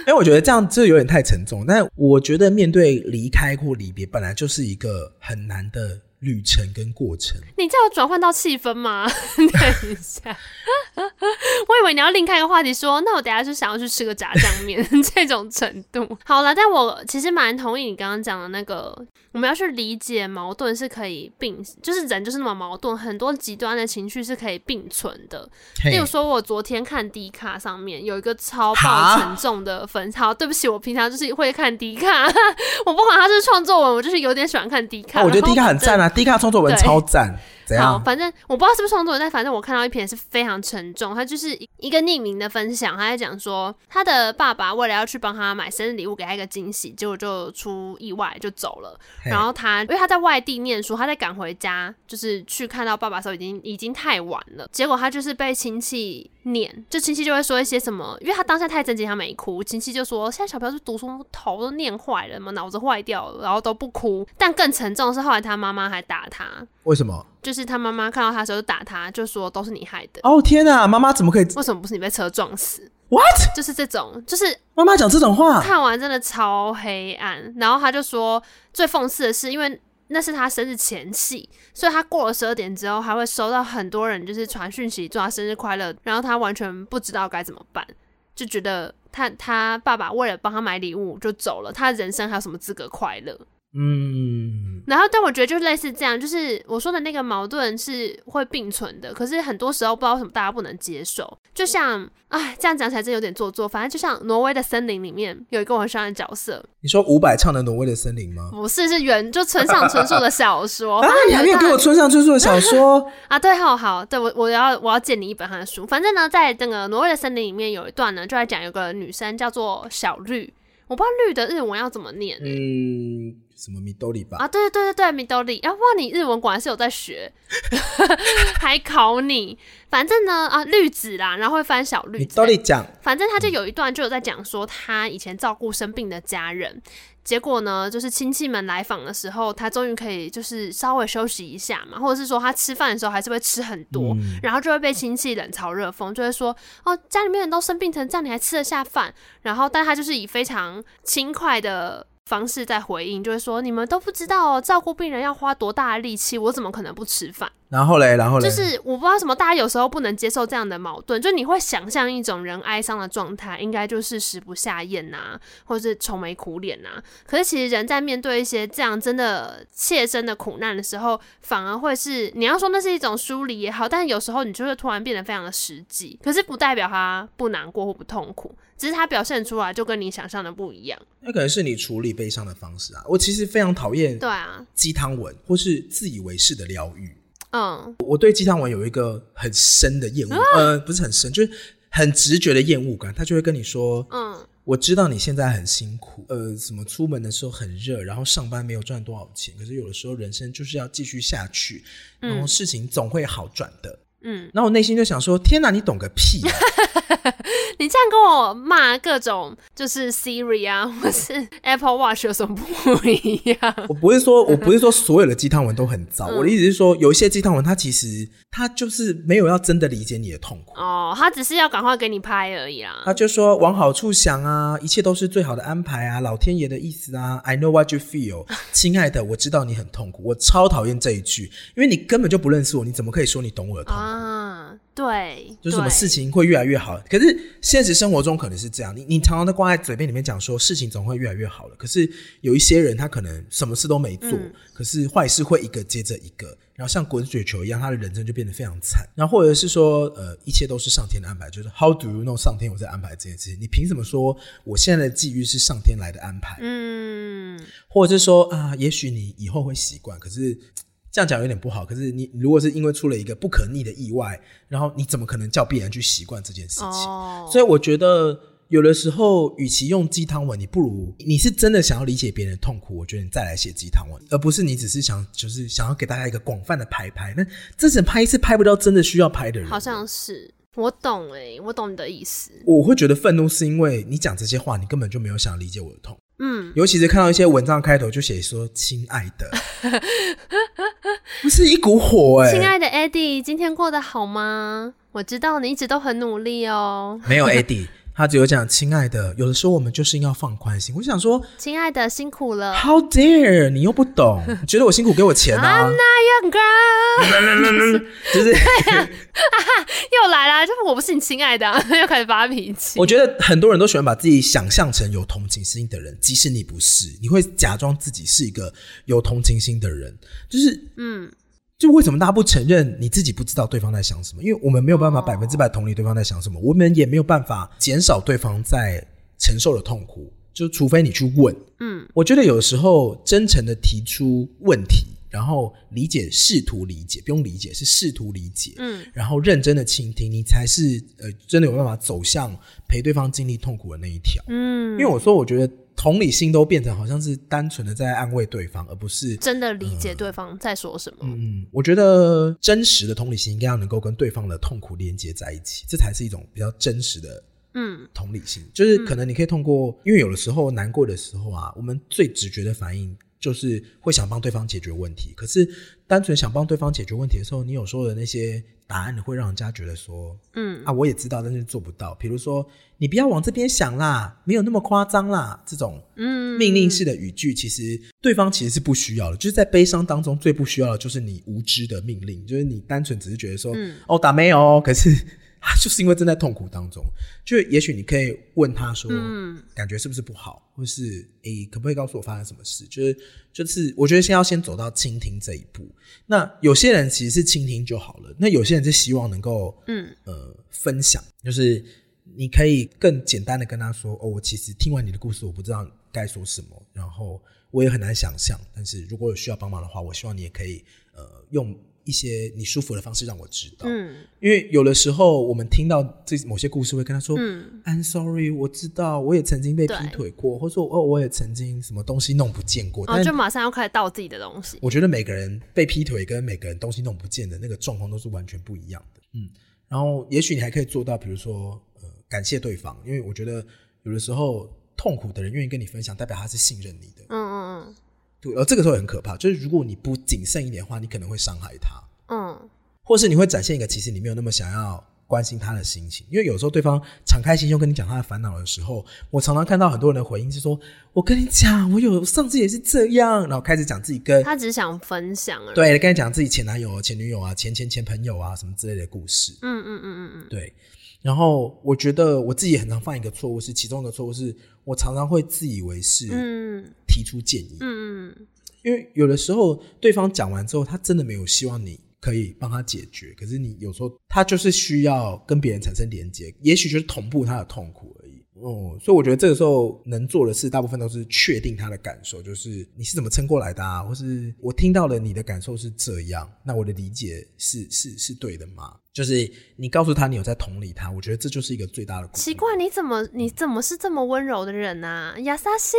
因为我觉得这样就有点太沉重。但我觉得面对离开或离别，本来就是一个很难的旅程跟过程。你叫我转换到气氛吗？ 等一下， 我以为你要另开一个话题说，那我等一下就想要去吃个炸酱面 这种程度。好了，但我其实蛮同意你刚刚讲的那个，我们要去理解矛盾是可以并，就是人就是那么矛盾，很多极端的情绪是可以并存的。嘿例如说，我昨天看 D 卡上面有一个超爆哈沉重的粉，好，对不起，我平常就是会看 D 卡， 我不管它是创作文，我就是有点喜欢看 D 卡、啊我觉得然后 D 卡很反正赞啊，D 卡创作文对超 赞，怎好，样？反正我不知道是不是创作人，但反正我看到一篇是非常沉重，他就是一个匿名的分享，他在讲说他的爸爸为了要去帮他买生日礼物，给他一个惊喜，结果就出意外就走了。嘿然后他因为他在外地念书，他在赶回家，就是去看到爸爸的时候已经已经太晚了。结果他就是被亲戚念，就亲戚就会说一些什么，因为他当下太震惊，他没哭。亲戚就说现在小朋友是读书头都念坏了嘛，脑子坏掉了，然后都不哭。但更沉重的是后来他妈妈还打他，为什么？就是他妈妈看到他的时候就打他，就说都是你害的，哦天哪，妈妈怎么可以为什么不是你被车撞死？ ？What？就是这种，就是妈妈讲这种话？看完真的超黑暗。然后他就说，最讽刺的是，因为那是他生日前夕，所以他过了十二点之后，还会收到很多人就是传讯息祝他生日快乐，然后他完全不知道该怎么办，就觉得他他爸爸为了帮他买礼物就走了，他人生还有什么资格快乐？嗯，然后，但我觉得就类似这样，就是我说的那个矛盾是会并存的，可是很多时候不知道为什么大家不能接受。就像，哎，这样讲起来真有点做作。反正就像挪威的森林里面有一个我很喜欢的角色，你说伍佰唱的《挪威的森林》吗？不是是原就村上春树的小说。 啊反，正你还没有一给大我村上春树的小说 啊，对，好好，对我我要我要借你一本他的书。反正呢，在那个挪威的森林里面有一段呢，就在讲有个女生叫做小绿，我不知道绿的日文要怎么念、欸。嗯，什么米兜里吧？啊，对对对对，米兜里，啊，哇，你日文果然是有在学， 还考你。反正呢，啊，绿子啦，然后会翻小绿米子兜。里讲，反正他就有一段就有在讲说，他以前照顾生病的家人，结果呢，就是亲戚们来访的时候，他终于可以就是稍微休息一下嘛，或者是说他吃饭的时候还是会吃很多，嗯然后就会被亲戚冷嘲热讽，就会说哦，家里面人都生病成这样，你还吃得下饭？然后，但他就是以非常轻快的。方式在回应，就会说你们都不知道哦，照顾病人要花多大的力气，我怎么可能不吃饭？然后嘞，然后嘞，就是我不知道为什么，大家有时候不能接受这样的矛盾，就你会想象一种人哀伤的状态，应该就是食不下咽呐、或者是愁眉苦脸呐、可是其实人在面对一些这样真的切身的苦难的时候，反而会是你要说那是一种疏离也好，但是有时候你就会突然变得非常的实际。可是不代表他不难过或不痛苦，只是他表现出来就跟你想象的不一样。那可能是你处理悲伤的方式啊。我其实非常讨厌对啊，鸡汤文或是自以为是的疗愈。嗯，我对鸡汤文有一个很啊深的厌恶，呃，不是很深，就是很直觉的厌恶感。他就会跟你说，嗯，我知道你现在很辛苦，呃，什么出门的时候很热，然后上班没有赚多少钱，可是有的时候人生就是要继续下去，然后嗯事情总会好转的。嗯，然后我内心就想说：天哪，你懂个屁啊、你这样跟我骂各种就是 Siri 啊， 或是 Apple Watch 有什么不一 样？我不是说我不是说所有的鸡汤文都很糟，我的意思是说，有一些鸡汤文它其实它就是没有要真的理解你的痛苦。哦，他只是要赶快给你拍而已啦他。就说往好处想啊，一切都是最好的安排啊，老天爷的意思啊。I know what you feel，亲爱的，我知道你很痛苦，我超讨厌这一句，因为你根本就不认识我，你怎么可以说你懂我的痛苦？啊，对，就是什么对事情会越来越好，可是现实生活中可能是这样，你你常常都挂在嘴边里面讲说事情总会越来越好了，可是有一些人他可能什么事都没做，嗯可是坏事会一个接着一个，然后像滚雪球一样，他的人生就变得非常惨。然后或者是说，呃，一切都是上天的安排，就是 How do you know 上天有在安排这件事情？你凭什么说我现在的际遇是上天来的安排？嗯，或者是说啊，也许你以后会习惯，可是这样讲有点不好。可是你如果是因为出了一个不可逆的意外，然后你怎么可能叫别人去习惯这件事情？哦，所以我觉得有的时候，与其用鸡汤文，你不如你是真的想要理解别人的痛苦，我觉得你再来写鸡汤文，而不是你只是想就是想要给大家一个广泛的拍拍。那这只拍是拍不到真的需要拍的人，好像是我懂哎、我懂你的意思。我会觉得愤怒是因为你讲这些话，你根本就没有想理解我的痛。嗯，尤其是看到一些文章开头就写说“亲爱 的”，不是一股火哎、亲爱的 Eddie，今天过得好吗？我知道你一直都很努力哦，没有 AD，他只有讲“亲爱的”。有的时候我们就是要放宽心。我想说亲爱的，辛苦 了，How dare 你又不懂，你觉得我辛苦给我钱啊？ ，Young Girl， 就是又来啦，就是我不是你亲爱的、啊， 又开始发脾气我。觉得很多人都喜欢把自己想象成有同情心的人，即使你不是，你会假装自己是一个有同情心的人，就是嗯，就为什么大家不承认你自己不知道对方在想什么？因为我们没有办哦法百分之百同理对方在想什么，我们也没有办法减少对方在承受的痛苦，就除非你去问。嗯，我觉得有时候真诚的提出问题，然后理解，试图理解，不用理解，是试图理解，嗯，然后认真的倾听，你才是呃真的有办法走向陪对方经历痛苦的那一条。嗯，因为我说，我觉得同理心都变成好像是单纯的在安慰对方，而不是真的理解对方在说什么。嗯，我觉得真实的同理心应该要能够跟对方的痛苦连接在一起，这才是一种比较真实的嗯同理心。就是可能你可以通过，因为有的时候难过的时候啊，嗯我们最直觉的反应就是会想帮对方解决问题。可是单纯想帮对方解决问题的时候，你有时候的那些答案会让人家觉得说嗯啊，我也知道，但是做不到。比如说，你不要往这边想啦，没有那么夸张啦，这种嗯，命令式的语句，其实对方其实是不需要的，就是在悲伤当中最不需要的就是你无知的命令，就是你单纯只是觉得说，嗯哦打没有哦，可是他就是因为正在痛苦当中，就也许你可以问他说，嗯感觉是不是不好，或是诶、可不可以告诉我发生什么事？就是就是，我觉得先要先走到倾听这一步。那有些人其实是倾听就好了，那有些人是希望能够嗯呃分享，就是你可以更简单的跟他说：“哦，我其实听完你的故事，我不知道该说什么，然后我也很难想象。但是如果有需要帮忙的话，我希望你也可以呃用一些你舒服的方式让我知道。嗯因为有的时候我们听到这某些故事，会跟他说：“嗯 I'm sorry，我知道，我也曾经被劈对腿过，或者说哦，我也曾经什么东西弄不见过。”哦，但就马上要开始倒自己的东西。我觉得每个人被劈腿跟每个人东西弄不见的那个状况都是完全不一样的。嗯，然后也许你还可以做到，比如说呃，感谢对方，因为我觉得有的时候痛苦的人愿意跟你分享，代表他是信任你的。嗯嗯对，而这个时候也很可怕，就是如果你不谨慎一点的话，你可能会伤害他，嗯嗯，或是你会展现一个其实你没有那么想要。关心他的心情，因为有时候对方敞开心胸跟你讲他的烦恼的时候，我常常看到很多人的回应是说：“我跟你讲，我有上次也是这样。”然后开始讲自己 跟他只想分享而已。对，刚才讲自己前男友、前女友啊、前前前朋友啊什么之类的故事。嗯嗯嗯嗯嗯，对，然后我觉得我自己也很常犯一个错误是，其中一个错误是我常常会自以为是嗯提出建议，嗯嗯因为有的时候对方讲完之后，他真的没有希望你可以帮他解决，可是你有时候他就是需要跟别人产生连接，也许就是同步他的痛苦而已。哦，所以我觉得这个时候能做的事，大部分都是确定他的感受，就是你是怎么撑过来的啊，或是我听到了你的感受是这样，那我的理解是是是对的吗？就是你告诉他你有在同理他，我觉得这就是一个最大的鼓励奇。怪，你怎么你怎么是这么温柔的人呐、啊？亚莎西，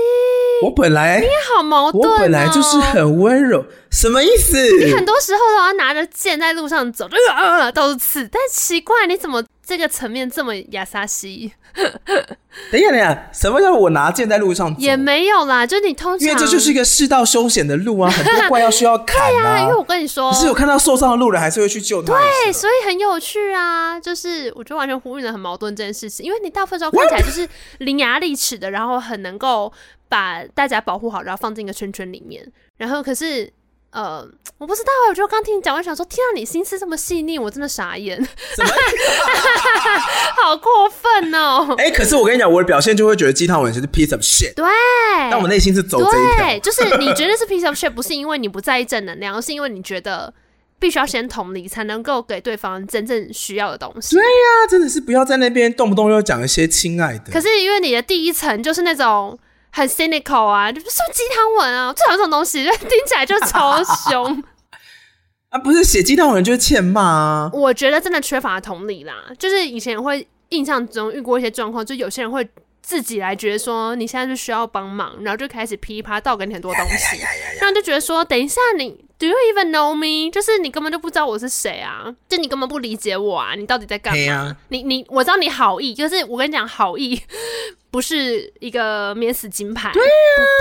我本来好矛我盾、哦。本来就是很温柔，什么意思？ 你很多时候都要拿着剑在路上走， 呃、到处刺。但奇怪，你怎么这个层面这么亚莎西？等一下，等一下，什么叫我拿剑在路上走？也没有啦，就是你通常因为这就是一个世道凶险的路啊，很多怪要 需要砍啊，因为啊。我跟你说可，是有看到受伤的路人，还是会去救他。对，哎所以很有趣啊。就是我觉得完全呼应了很矛盾这件事情，因为你大部分时候看起来就是伶牙俐齿的，然后很能够把大家保护好，然后放进一个圈圈里面，然后可是。呃，我不知道啊，我就刚听你讲，我就想说，天啊，你心思这么细腻，我真的傻眼， 什么？好过分 哦！哎、可是我跟你讲，我的表现就会觉得鸡汤文就是 piece of shit，对，但我内心是走这一条对，。就是你觉得是 piece of shit，不是因为你不在意正能量，而是因为你觉得必须要先同理，才能够给对方真正需要的东西。大家真的是不要在那边动不动又讲一些亲爱的。可是因为你的第一层就是那种很 cynical 啊，就是说鸡汤文啊，最讨厌这种东西，就听起来就超凶。啊，不是写鸡汤文就是欠骂啊。 我觉得真的缺乏同理啦，就是以前会印象中遇过一些状况，就有些人会。自己来觉得说你现在就需要帮忙，然后就开始噼里啪啦倒给你很多东西，那你就觉得说，等一下你 Do you even know me？就是你根本就不知道我是谁啊，就你根本不理解我啊，你到底在干对嘛？呀、你你我知道你好意，就是我跟你讲，好意 不是一个免死金牌，对啊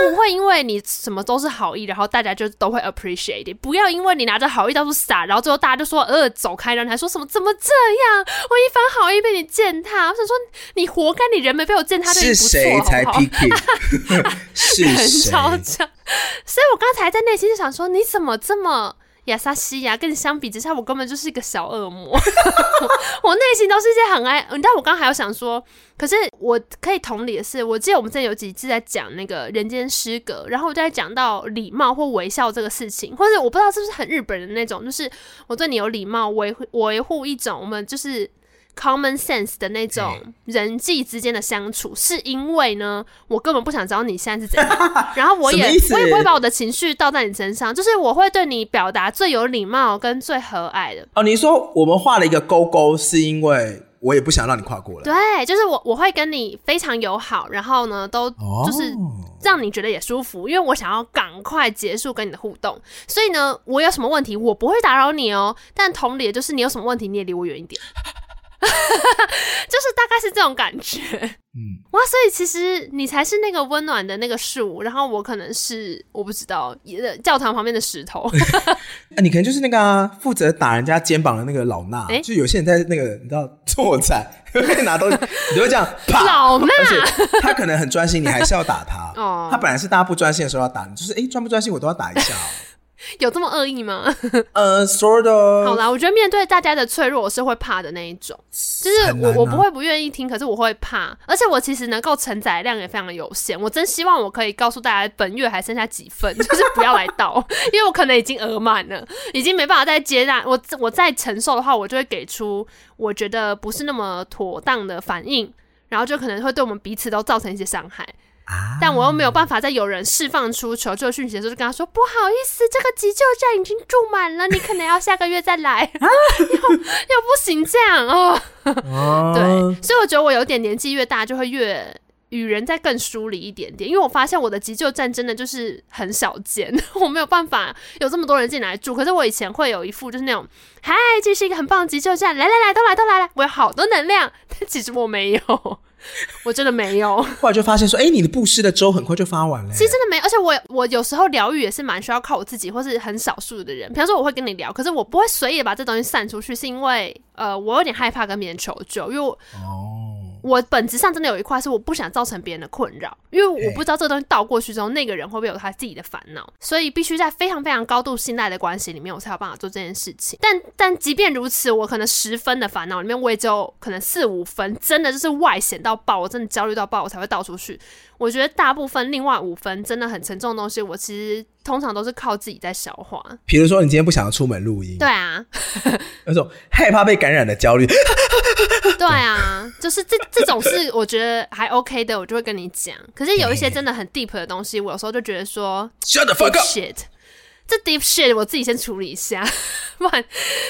不不会因为你什么都是好意，然后大家就都会 appreciate it。不要因为你拿着好意到处撒，然后最后大家就说呃走开，然后你还说什么怎么这样？我一番好意被你践踏，我想说你活该，你人没被我践踏就已是经不谁错才了，好不好？ PK？是人谁？超强。所以我刚才在内心就想说，你怎么这么亚莎西呀？跟你相比之下，我根本就是一个小恶魔。 我内心都是一些很爱，你知道我刚刚还有想说，可是我可以同理的是，我记得我们之前有几季在讲那个人间失格，然后我就在讲到礼貌或微笑这个事情，或者我不知道是不是很日本人的那种，就是我对你有礼貌，维护维护一种我们就是。common sense 的那种嗯人际之间的相处，是因为呢，我根本不想知道你现在是怎样，然后我也什么意思我也不会把我的情绪倒在你身上，就是我会对你表达最有礼貌跟最和蔼的，哦，你说我们画了一个勾勾，是因为我也不想让你跨过来。对，就是我我会跟你非常友好，然后呢，都哦就是让你觉得也舒服，因为我想要赶快结束跟你的互动，所以呢，我有什么问题我不会打扰你哦，但同理的就是你有什么问题你也离我远一点， 就是大概是这种感觉。嗯，哇，所以其实你才是那个温暖的那个树，然后我可能是我不知道也教堂旁边的 石头。啊，你可能就是那个啊负、责打人家肩膀的那个老衲，诶就有些人在那个你知道做菜拿东西，你 就会这 样啪。老衲而且他可能很专心，你还是要打他。哦他本来是大家不专心的时候要打你，就是诶专不专心我都要打一 下、哦。有这么恶意吗？呃，sort of。 好啦，我觉得面对大家的脆弱，我是会怕的那一种，就是很我、难啊我不会不愿意听，可是我会怕，而且我其实能够承载量也非常有限，我真希望我可以告诉大家本月还剩下几份， 就是不要来到， 因为我可能已经额满了，已经没办法再接纳我我再承受的话，我就会给出我觉得不是那么妥当的反应。然后就可能会对我们彼此都造成一些伤害，啊但我又没有办法在有人释放出求救讯息的时候，就跟他说：“不好意思，这个急救站已经住满了，你可能要下个月再来。 又”又不行这样哦。哦对，所以我觉得我有点年纪越大，就会越与人再更疏离一点点，因为我发现我的急救站真的就是很少见，我没有办法有这么多人进来住。可是我以前会有一副就是那种，嗨，这是一个很棒的急救站，来来来，都来都来来，我有好多能量， 但其实我没有，我真的没有。后来就发现说，哎、你的布施的粥很快就发完了、其实真的没有，而且我我有时候疗愈也是蛮需要靠我自己，或是很少数的人。比方说我会跟你聊，可是我不会随意把这东西散出去，是因为呃我有点害怕跟别人求救，因为我哦，我本质上真的有一块是我不想造成别人的困扰，因为我哎不知道这东西倒过去之后，那个人会不会有他自己的烦恼，所以必须在非常非常高度信赖的关系里面，我才有办法做这件事情。但但即便如此，我可能十分的烦恼里面，我也只有可能四五分，真的就是外显到爆，我真的焦虑到爆，我才会倒出去。我觉得大部分另外五分真的很沉重的东西，我其实通常都是靠自己在消化。比如说你今天不想要出门录音，对，啊， 那种害怕被感染的焦虑，对啊，就是这这种事，我觉得还 OK 的，我就会跟你讲。可是有一些真的很 deep 的东西，我有时候就觉得说 Shut 嗯 the deep fuck up！ shit，这 deep shit 我自己先处理一下，不然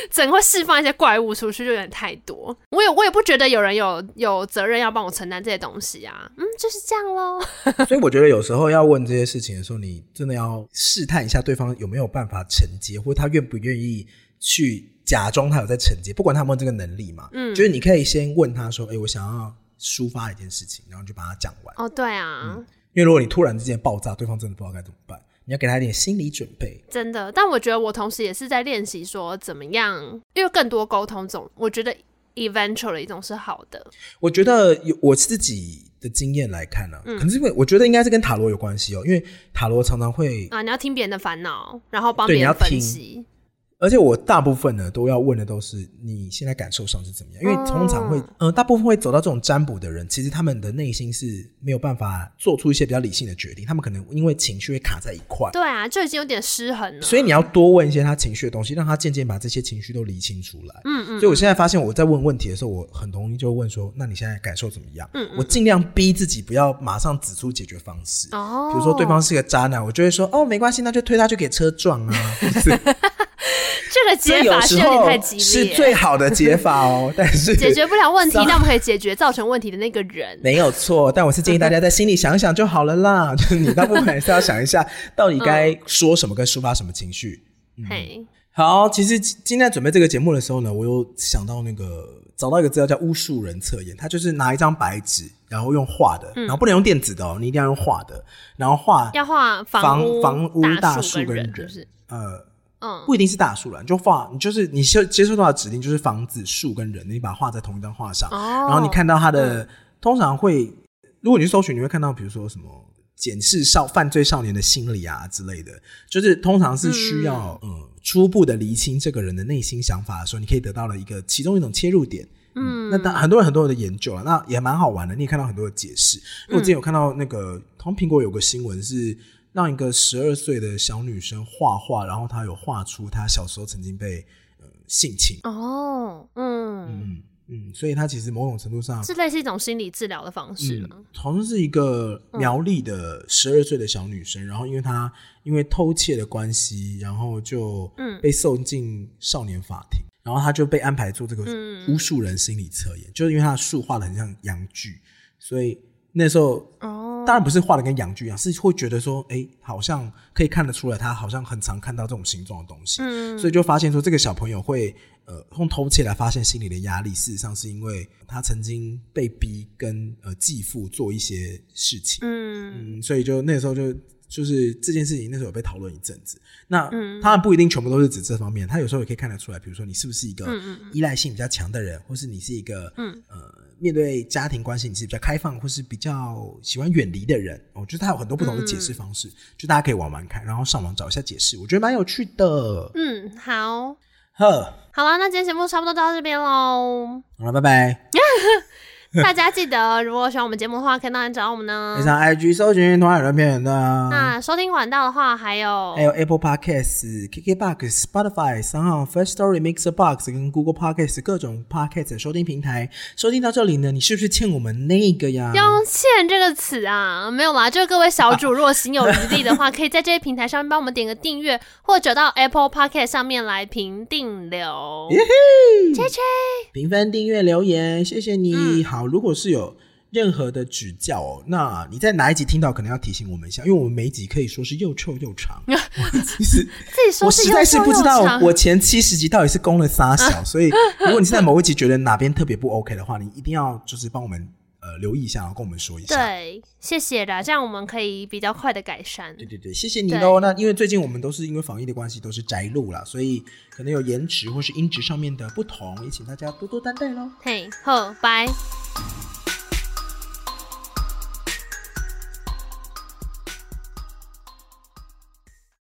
整会释放一些怪物出去就有点太多。我也我也不觉得有人有有责任要帮我承担这些东西啊。嗯，就是这样喽。所以我觉得有时候要问这些事情的时候，你真的要试探一下对方有没有办法承接，或他愿不愿意去假装他有在承接，不管他有没有这个能力嘛。嗯，就是你可以先问他说：“哎、我想要抒发一件事情，然后你就把它讲完。哦，对啊，因为如果你突然之间爆炸，对方真的不知道该怎么办，你要给他一点心理准备。真的，但我觉得我同时也是在练习说怎么样，因为更多沟通总，我觉得 eventually 总是好的。我觉得有我自己的经验来看呢、啊可能是因为我觉得应该是跟塔罗有关系哦，因为塔罗常常会啊，你要听别人的烦恼，然后帮对别人你要听分析。而且我大部分呢都要问的都是你现在感受上是怎么样，因为通常会，哦嗯、大部分会走到这种占卜的人，其实他们的内心是没有办法做出一些比较理性的决定，他们可能因为情绪会卡在一块，对啊，就已经有点失衡了。所以你要多问一些他情绪的东西，让他渐渐把这些情绪都理清出来。嗯嗯，所以我现在发现我在问问题的时候，我很容易就问说，那你现在感受怎么样？嗯我尽量逼自己不要马上指出解决方式。哦，比如说对方是个渣男，我就会说哦没关系，那就推他去给车撞啊，或是这个这解有法是时有点候太激是烈，最好的解法 哦，但 是啊解决不了问题，上但我们可以解决造成问题的那个人。没有错。但我是建议大家在心里想想就好了啦， 就是你大部分还是要想一下，到底该嗯说什么跟抒发什么情绪。嘿，好，其实今今天在准备这个节目的时候呢，我有想到那个找到一个资料叫巫术人测验，它就是拿一张白纸，然后用画的，然后不能用电子的哦，你一定要用画的，然后画嗯要画房屋、房屋大大树跟跟是不是？呃嗯，不一定是大树啦，你就画，你就是你接接受到的指令就是房子、树跟人，你把它画在同一张画上，哦嗯然后你看到它的、通常会，如果你去搜寻，你会看到比如说什么检视少犯罪少年的心理啊之类的，就是通常是需要嗯初步的厘清这个人的内心想法的时候，你可以得到了一个其中一种切入点。嗯，那当很多人很多人的研究啊，那也蛮好玩的。你也看到很多的解释，因为我之前有看到那个，好像苹果有个新闻是让一个十二岁的小女生画画，然后她有画出她小时候曾经被呃性侵，哦，嗯，嗯嗯，所以她其实某种程度上是类似一种心理治疗的嗯方式吗？嗯，好像是一个苗栗的十二岁的小女生，然后因为她因为偷窃的关系，然后就嗯被送进少年法庭，然后她就被安排做这个嗯巫术人心理测验，就是因为她的树画的很像洋剧，所以那时候哦，当然不是画的跟洋剧一样，是会觉得说，哎、好像可以看得出来，她好像很常看到这种形状的东西，嗯，所以就发现说，这个小朋友会呃用偷窃来发现心理的压力，事实上是因为他曾经被逼跟呃继父做一些事情，嗯嗯，所以就那时候就就是这件事情那时候有被讨论一阵子。那嗯当然不一定全部都是指这方面，他有时候也可以看得出来，比如说你是不是一个嗯嗯嗯依赖性比较强的人，或是你是一个嗯呃面对家庭关系你是比较开放，或是比较喜欢远离的人。哦，就是他有很多不同的解释方式，嗯就大家可以玩玩看，然后上网找一下解释，我觉得蛮有趣的。嗯，好，呵。好啦，那今天节目差不多到这边喽。好了，拜拜。大家记得，如果喜欢我们节目的话，可以到哪里找我们呢 你？上 IG 搜寻“同海人片人”的，那收听管道的话，还有还有 Apple Podcasts、KKBox、Spotify、三号 First Story、Mixer Box 跟 Google Podcasts 各种 Podcast 收听平台。收听到这里呢，你是不是欠我们那个呀？ “欠”这个词啊，没有啦。就是各位小主，如果心有余力的话，可以在这些平台上面帮我们点个订阅，或者到 Apple Podcast 上面来评定流。评分、订阅、留言，谢谢你。好，如果是有任何的指教哦，那你在哪一集听到，可能要提醒我们一下，因为我们每一集可以说是又臭又长。我其实自己说我是实又在是瘦不又知道长我前七十集到底是攻了仨啊小，所以如果你是在某一集觉得哪边特别不 OK 的话，你一定要就是帮我们呃留意一下，然后跟我们说一下。对，谢谢啦，这样我们可以比较快的改善对。对对，谢谢你喽。那因为最近我们都是因为防疫的关系，都是宅录啦，所以可能有颜值或是音质上面的不同，也请大家多多担待喽。嘿，好，拜。